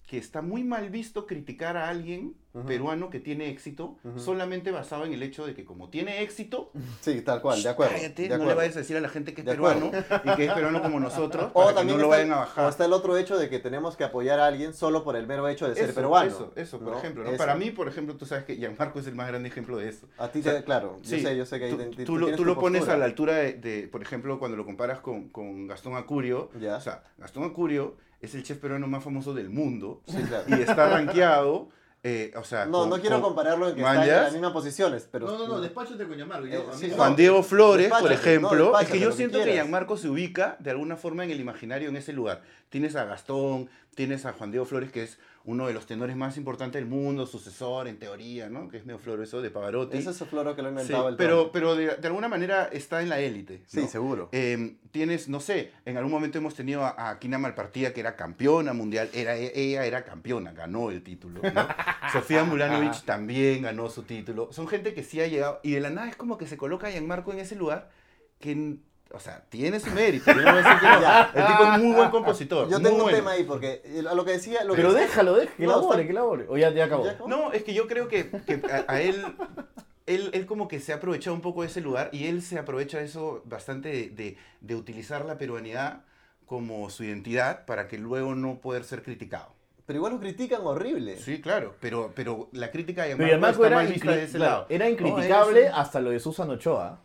que está muy mal visto criticar a alguien peruano que tiene éxito solamente basado en el hecho de que como tiene éxito, Sí, tal cual, de acuerdo. Cállate, de no le acuerdo. vayas a decir a la gente que es De peruano acuerdo. y que es peruano como nosotros, O para que también no lo está, vayan a o bajar. está el otro hecho de que tenemos que apoyar a alguien solo por el mero hecho de ser Eso, peruano. Eso, eso, por ¿no? ejemplo. ¿no? Eso. Para mí, por ejemplo, tú sabes que Gianmarco es el más grande ejemplo de eso. A ti, o sea, te, claro, Sí, yo sé, yo sé que ahí tú, te- tú lo, tienes tú tu lo pones postura. a la altura de, de, por ejemplo, cuando lo comparas con, con Gastón Acurio. Ya. O sea, Gastón Acurio es el chef peruano más famoso del mundo Sí, claro. y está rankeado. eh, o sea, No, con- no quiero con compararlo en que ¿Manjas? están en las mismas posiciones, pero... despáchate con llamarlo. yo- a mí no. Juan Diego Flores, por despáchate, ejemplo, no, es que despáchate, yo lo que siento que, quieras. Gianmarco se ubica de alguna forma en el imaginario en ese lugar. Tienes a Gastón, tienes a Juan Diego Flores, que es uno de los tenores más importantes del mundo, sucesor en teoría, ¿no? Que es medio floro eso de Pavarotti. Ese es el floro que lo ha Sí, inventado el pero, Tony. pero de, de alguna manera está en la élite. Sí, ¿no? seguro. Eh, tienes, no sé, en algún momento hemos tenido a, a Kina Malpartida, que era campeona mundial, era, e- ella era campeona, ganó el título. ¿no? Sofía Mulanovich también ganó su título. Son gente que sí ha llegado, y de la nada es como que se coloca a Marco en ese lugar que, n- o sea, tiene su mérito. yo no voy a decir que no. Ya. El tipo es muy buen compositor. Yo muy tengo un bueno. tema ahí, porque eh, a lo que decía... Lo Pero que déjalo, déjalo, que No, labore, está- que labore. O ya, ya acabó. ¿Ya acabó? No, es que yo creo que, que a, a él, él, él como que se ha aprovechado un poco de ese lugar y él se aprovecha eso bastante de, de- de utilizar la peruanidad como su identidad para que luego no poder ser criticado. Pero igual lo critican horrible. Sí, claro, pero, pero la crítica de Pero además Marco está era, mal vista incri- de ese claro, lado. era No, incriticable es- hasta lo de Susan Ochoa,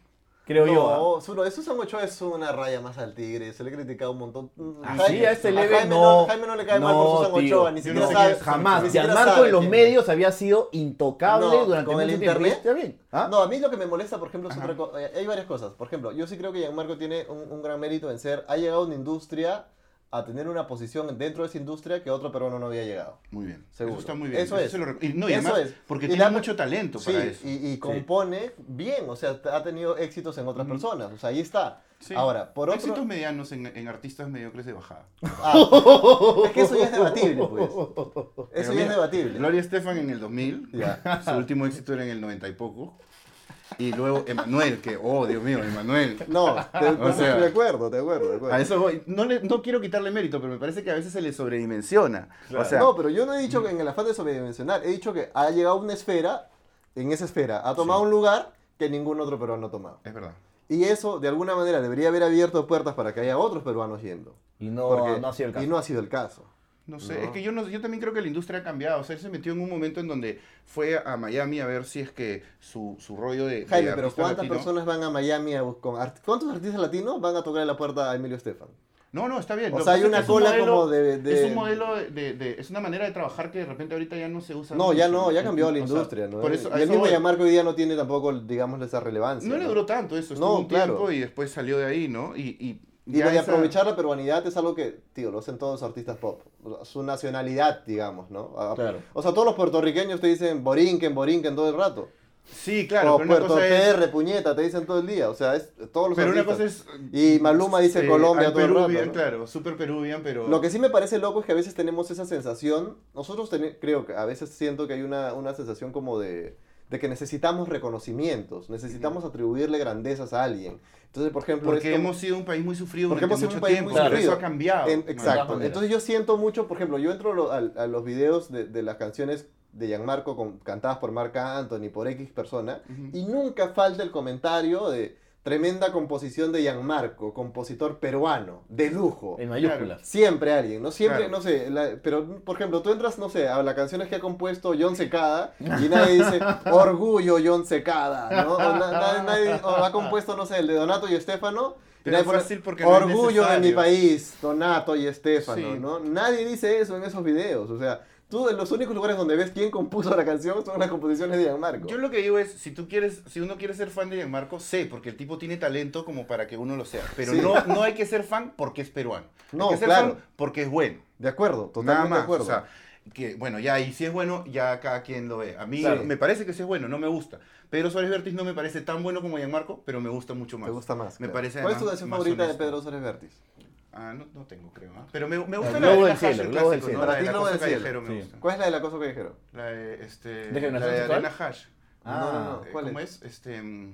creo no, yo. ¿ah? Zuno, eso San Ochoa es una raya más al tigre, se le ha criticado un montón. Mm, Ah, Jaime- Sí, a este leve Jaime no. Jaime no le cae mal por Susan tío. Ochoa, ni Yo siquiera no sé sabe. quién es Jaime. ni Jamás. siquiera Gianmarco sabe en los quién es. medios había sido intocable No, durante con el mucho tiempo. internet. Está bien. ¿Ah? No, a mí lo que me molesta, por ejemplo, es otra co- eh, hay varias cosas. Por ejemplo, yo sí creo que Gianmarco tiene un, un gran mérito en ser, ha llegado a una industria a tener una posición dentro de esa industria que otro peruano no había llegado. Muy bien, Seguro. eso está muy bien. Eso es. se lo rec- y, no, y Eso además, es. porque Y tiene la- mucho talento Sí, para eso. y, y compone bien, o sea, ha tenido éxitos en otras personas, o sea, ahí está. Sí. Ahora, por otro... Éxitos medianos en, en artistas mediocres de bajada. Ah, es que eso ya es debatible, pues. Eso Pero ya es mira, debatible. Gloria Estefan en el 2000, Ya. su último éxito era en el 90 y poco. Y luego Emanuel, que, oh, Dios mío, Emanuel. No, te, O sea- te acuerdo, te acuerdo, te acuerdo. A eso voy. No, le- no quiero quitarle mérito, pero me parece que a veces se le sobredimensiona. O sea, no, pero yo no he dicho que en el afán de sobredimensionar, he dicho que ha llegado a una esfera, en esa esfera, ha tomado un lugar que ningún otro peruano ha tomado. es verdad. Y eso, de alguna manera, debería haber abierto puertas para que haya otros peruanos yendo. Y no, Porque- no ha sido el caso. Y no ha sido el caso. No No. sé, es que yo, no, yo también creo que la industria ha cambiado. O sea, él se metió en un momento en donde fue a Miami a ver si es que su, su rollo de. de Jaime, pero artista ¿cuántas latino- personas van a Miami a buscar? art- ¿Cuántos artistas latinos van a tocar la puerta a Emilio Estefan? No, no, está bien. O Lo sea, que hay pasa una es que es un cola modelo- como de- de- Es un modelo de, de- Es una manera de trabajar que de repente ahorita ya no se usa. No, ya mucho. no, ya cambió la O sea, industria, ¿no? Por eso, a y el eso mismo voy. Yamarco hoy día no tiene tampoco, digamos, esa relevancia. No le duró tanto eso, No, estuvo un claro. tiempo y después salió de ahí, ¿no? Y, y Y Ya lo de esa- aprovechar la peruanidad es algo que, tío, lo hacen todos los artistas pop. Su nacionalidad, digamos, ¿no? A- Claro. O sea, todos los puertorriqueños te dicen borinquen, borinquen todo el rato. Sí, claro, o pero una Oh, Puerto cosa es... PR, puñeta, te dicen todo el día. O sea, es todos los Pero una cosa artistas. es... Y Maluma dice eh, Colombia al todo el rato, Peruvian, ¿no? Claro, super peruvian, pero... Lo que sí me parece loco es que a veces tenemos esa sensación, nosotros teni- creo que a veces siento que hay una, una sensación como de, de que necesitamos reconocimientos, necesitamos atribuirle grandezas a alguien. Entonces, por ejemplo, Porque es como- hemos sido un país muy sufrido Porque durante hemos sido mucho un país tiempo, muy por sufrido. eso ha cambiado. En- ¿no? exacto. maneras. Entonces yo siento mucho, por ejemplo, yo entro lo- al- a, los videos de, de las canciones de Gianmarco con- cantadas por Marc Anthony, por X persona, Ujú. y nunca falta el comentario de tremenda composición de Gianmarco, compositor peruano, de lujo. En mayúsculas. Siempre alguien, ¿no? Siempre, Claro. no sé, la- pero por ejemplo, tú entras, no sé, a las canciones que ha compuesto John Secada y nadie dice, orgullo John Secada, ¿no? O, na- na- nadie- o ha compuesto, no sé, el de Donato y Estefano. y Pero nadie es pone, fácil porque no es orgullo de mi necesario". país, Donato y Estefano, Sí. ¿no? Nadie dice eso en esos videos, o sea, tú en los únicos lugares donde ves quién compuso la canción son las composiciones de Gianmarco. Yo lo que digo es, si tú quieres, si uno quiere ser fan de Gianmarco, sé, porque el tipo tiene talento como para que uno lo sea. Pero Sí. no, no hay que ser fan porque es peruano. No, hay que ser claro. fan porque es bueno. De acuerdo, totalmente Nada más. de acuerdo. O sea, que bueno, ya, y si es bueno, ya cada quien lo ve. A mí Claro. me parece que sí es bueno, no me gusta. Pedro Suárez Vértiz no me parece tan bueno como Gianmarco, pero me gusta mucho más. Te gusta más. Me claro. parece ¿Cuál es tu además canción más favorita de honesto. Pedro Suárez Vértiz? Ah, no, no tengo, creo. ¿ah? Pero me, me gusta El la Globo la del Cielo, Hash, el el Globo del clásico, Cielo. ¿no? La Para de ti, la Globo cosa del Cielo. callejero me Sí. gusta. ¿Cuál es la de la cosa callejero? La de, este, ¿De Generación la de Sexual? Arena Hash. No, no, no. Ah. Eh, ¿Cuál ¿Cómo es? es? Este, mm,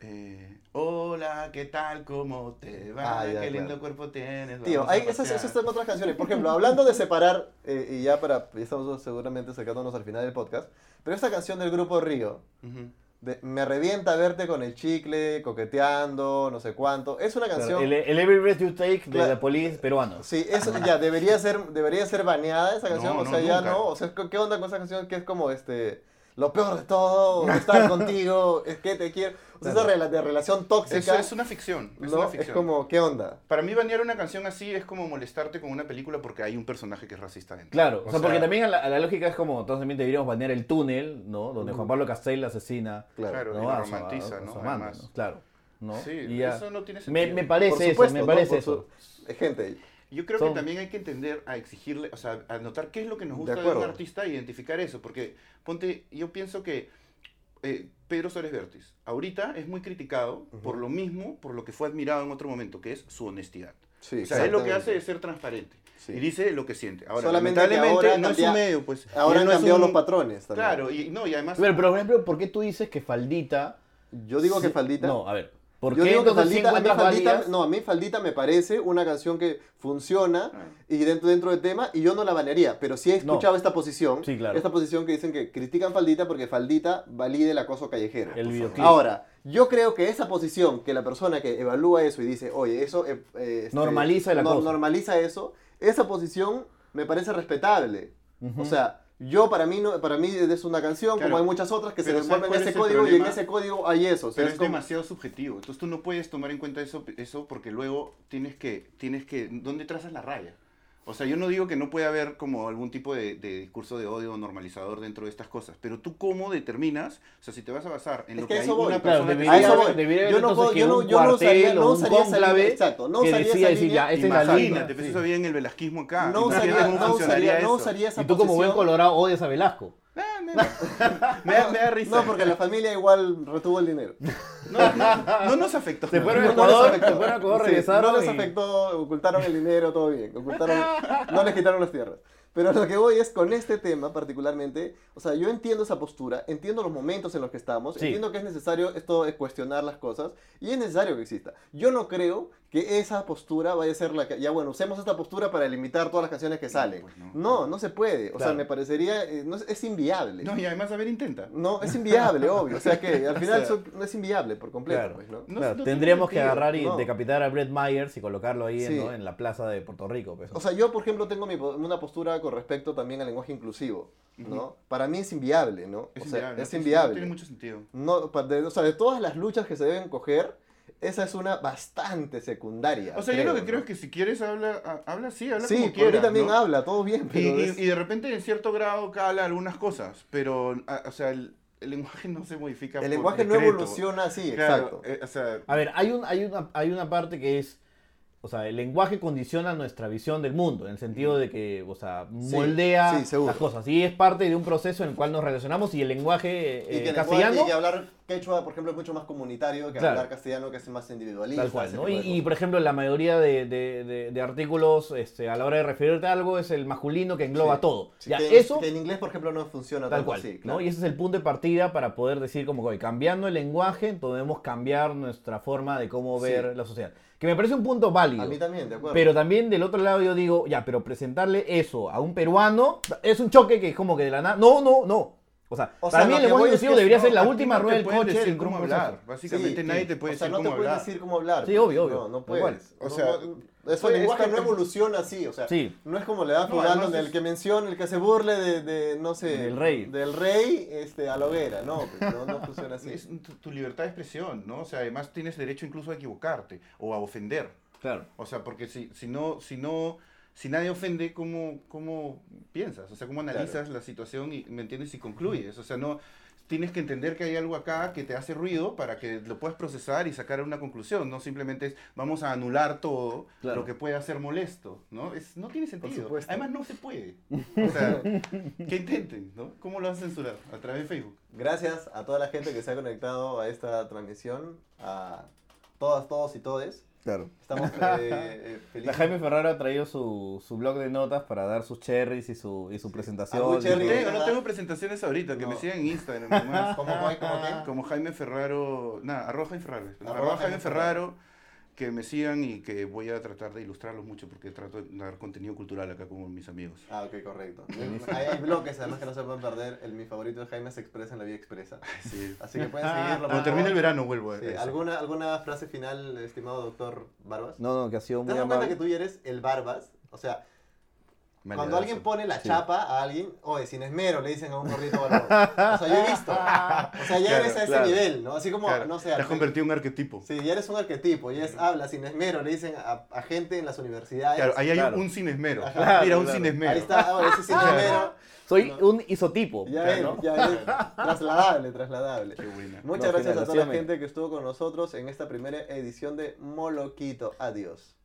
eh, Hola, ¿qué tal? ¿Cómo te va? Ah, ya, Qué claro. lindo cuerpo tienes. Tío, vamos a hay, esas, pasear". esas son otras canciones. Por ejemplo, hablando de separar, eh, y ya para ya estamos seguramente sacándonos al final del podcast, pero esta canción del grupo Río, Ujú. de Me revienta verte con el chicle, coqueteando, no sé cuánto, es una Claro, canción... el, el Every Breath You Take de Claro. la Police peruana. Sí, eso ya debería ser, debería ser baneada esa canción, No, o no, sea, ya nunca. no, o sea, ¿qué onda con esa canción que es como este... Lo peor de todo, estar contigo, es que te quiero. O sea, esa rela- de relación tóxica. Eso es una ficción. Es ¿no? una es ficción. como, ¿qué onda? Para mí, banear una canción así es como molestarte con una película porque hay un personaje que es racista dentro. Claro, o sea, porque también a la, a la lógica es como, entonces también deberíamos banear el túnel, ¿no? Donde Juan Pablo Castell asesina. Mm. Claro. Claro, y ¿no? lo a su- a- romantiza, a ¿no? su amante, Además. ¿no? Claro. ¿no? Sí, Y ya- eso no tiene me, sentido. me parece Por eso, supuesto, me ¿no? parece Por eso. su- Gente, Yo creo que Son- también hay que entender a exigirle, o sea, a notar qué es lo que nos De gusta de, un acuerdo. artista e identificar eso. Porque, ponte, yo pienso que eh, Pedro Suárez Vértiz, ahorita es muy criticado por lo mismo, por lo que fue admirado en otro momento, que es su honestidad. sí, o sea, él lo que hace exactamente. es ser transparente Sí. y dice lo que siente. Ahora, Solamente que lamentablemente, ahora no es cambia- su medio, pues. y Ahora él han no es cambiado un- los patrones también. Claro, y no, y además. Pero, pero, por ejemplo, ¿por qué tú dices que Faldita... Yo digo que Sí, Faldita. No, a ver. ¿Por yo qué digo que entonces sí Faldita, a mí encuentras Faldita, válidas? no, a mí Faldita me parece una canción que Ah. funciona y dentro, dentro del tema y yo no la banearía, pero sí he escuchado esta posición, Sí, claro. esta posición que dicen que critican Faldita porque Faldita valide el acoso callejero. El videoclip. Ahora, yo creo que esa posición, que la persona que evalúa eso y dice, oye, eso... eh, eh, este, Normaliza el no- acoso. normaliza eso, esa posición me parece respetable. Ujú. O sea, yo para mí, no, para mí es una canción, Claro. como hay muchas otras que se Pero ¿sabes desenvuelven en cuál ese es el código y en problema? ese código hay eso. O sea, Pero es es como- demasiado subjetivo. Entonces tú no puedes tomar en cuenta eso, eso porque luego tienes que, tienes que, ¿dónde trazas la raya? O sea, yo no digo que no puede haber como algún tipo de, de discurso de odio normalizador dentro de estas cosas, pero tú cómo determinas, o sea, si te vas a basar en Es lo que que, a hay eso voy. una Claro, persona que debería, A eso se- voy. haber, debería haber Yo no entonces puedo- que yo no- un yo no usaría- cuartel no o un usaría esa línea, cónclave exacto, no que usaría esa decía, decir, línea. ya, esta es la línea. Imagínate, pues eso había en el velasquismo No acá. Imagínate usaría, cómo no funcionaría usaría, no eso. usaría esa Y tú como buen posición. Eh, colorado odias a Velasco. Me da, me da risa. No, porque la familia igual retuvo el dinero. No, no- no nos afectó. Se fueron a No, no les Ecuador, afectó. se fueron a Ecuador, Sí, regresaron No les y- afectó, ocultaron el dinero, todo bien. Ocultaron, no les quitaron las tierras. Pero lo que voy es con este tema particularmente, o sea, yo entiendo esa postura, entiendo los momentos en los que estamos, Sí. entiendo que es necesario esto de cuestionar las cosas y es necesario que exista. Yo no creo que esa postura vaya a ser la que, ya bueno, usemos esta postura para limitar todas las canciones que salen. pues no. no. no, se puede. O sea, Claro. me parecería, eh, no, es- es inviable. No, y además, a ver, intenta. No, es inviable, obvio. O sea que al final O sea, eso no es inviable por completo, claro. pues, ¿no? No, Claro, no tiene tendríamos que sentido, agarrar y no. decapitar a Brett Myers y colocarlo ahí Sí. ¿no? en la plaza de Puerto Rico. pues, ¿no? O sea, yo, por ejemplo, tengo mi po- una postura con respecto también al lenguaje inclusivo, ¿no? Para mí es inviable, ¿no? Es o sea, inviable, es no tiene- No inviable. tiene mucho sentido. No, pa- de, o sea, de todas las luchas que se deben coger, esa es una bastante secundaria. O sea, yo lo que ¿no? creo es que si quieres habla, ha- habla sí, habla Sí, como por mí quieras, también ¿no? habla, todo bien, Y, pero y- es- y de repente en cierto grado cala algunas cosas, pero, a- o sea, el, el lenguaje no se modifica el por lenguaje no decreto. evoluciona así, Claro, exacto. eh, o sea, A ver, hay, un, hay, una, hay una parte que es o sea, el lenguaje condiciona nuestra visión del mundo, en el sentido de que, o sea, moldea sí, seguro. las cosas. Y es parte de un proceso en el cual nos relacionamos y el lenguaje eh, Y que en el cual- castellano... y- y hablar quechua, por ejemplo, es mucho más comunitario que Claro. hablar castellano, que es más individualista. Tal cual, ese ¿no? Y, tipo de y, por ejemplo, la mayoría de, de- de- de artículos este, a la hora de referirte a algo es el masculino que engloba Sí. todo. Sí, ya, que en- eso, que en inglés, por ejemplo, no funciona tal tanto cual. así, ¿no? claro. Y ese es el punto de partida para poder decir, como que oye, cambiando el lenguaje, podemos cambiar nuestra forma de cómo Sí. ver la sociedad. Que me parece un punto válido. A mí también, de acuerdo. Pero también del otro lado yo digo, ya, pero presentarle eso a un peruano es un choque que es como que de la nada. No, no, no. O sea, O sea, para mí lo el que lenguaje voy es inclusivo que debería no, ser la a ti última no rueda te del pueden coche decir en cómo grupo hablar. Sí, Básicamente nadie sí. te puede o sea, decir no cómo te pueden hablar. decir cómo hablar. Sí, pues. obvio, obvio. No, no Tal puedes. cual. No, O sea, no- eso oye, lenguaje es que- no evoluciona así, o sea, Sí. no es como le da a No, fulano además del es- que menciona, el que se burle de, de, no sé, Del rey. del rey, este, a la hoguera, no, pues, no, no funciona así. Es tu, tu libertad de expresión, ¿no? O sea, además tienes derecho incluso a equivocarte o a ofender. Claro. O sea, porque si, si no, si no, si nadie ofende, ¿cómo, cómo piensas? O sea, ¿cómo analizas la situación y me entiendes y concluyes? O sea, no tienes que entender que hay algo acá que te hace ruido para que lo puedas procesar y sacar una conclusión. No simplemente es vamos a anular todo Claro. lo que pueda ser molesto, ¿no? Es, no tiene sentido. supuesto. Además no se puede. O sea, que intenten, ¿no? ¿Cómo lo vas a censurar? A través de Facebook. Gracias a toda la gente que se ha conectado a esta transmisión, a todas, todos y todes. Claro. Estamos eh, eh, La felices. Jaime Ferraro ha traído su, su blog de notas para dar sus cherries y su, y su presentación. Algún y cherry. todo. Tengo- no tengo presentaciones ahorita, que No. me sigan en Instagram nomás. ¿Cómo, cómo, cómo qué? Como Jaime Ferraro, nada, arroba Jaime Ferraro. Arroba, Jaime Jaime Ferraro, que me sigan y que voy a tratar de ilustrarlos mucho porque trato de dar contenido cultural acá con mis amigos. Ah, ok, correcto. Hay, hay bloques además que no se pueden perder. El, mi favorito de Jaime se expresa en la vía expresa. Sí. Así que pueden seguirlo. Cuando por termine el favor. verano vuelvo a Sí, eso. ¿alguna, ¿Alguna frase final, estimado doctor Barbas? No, no, que ha sido ¿Te muy das cuenta que amable. tú ya eres el Barbas? O sea, cuando Maledazo. alguien pone la Sí. chapa a alguien, oye, sin esmero le dicen a un gordito barbón. O sea, yo he visto. O sea, ya Claro, eres a ese claro. nivel, ¿no? Así como, Claro, no sé, Te al- has convertido en un arquetipo. Sí, ya eres un arquetipo, ya es habla sin esmero, le dicen a, a gente en las universidades. Claro, ahí hay Claro. un sin esmero. Ajá, Mira, un claro. sin esmero. Ahí está, ahora ese sin Claro. esmero. Soy No. un isotipo. Ya Claro. ves, ya ves. Trasladable, trasladable. Qué buena. Muchas No, gracias genial, a toda la hacía gente que estuvo con nosotros en esta primera edición de Moloquito. Adiós.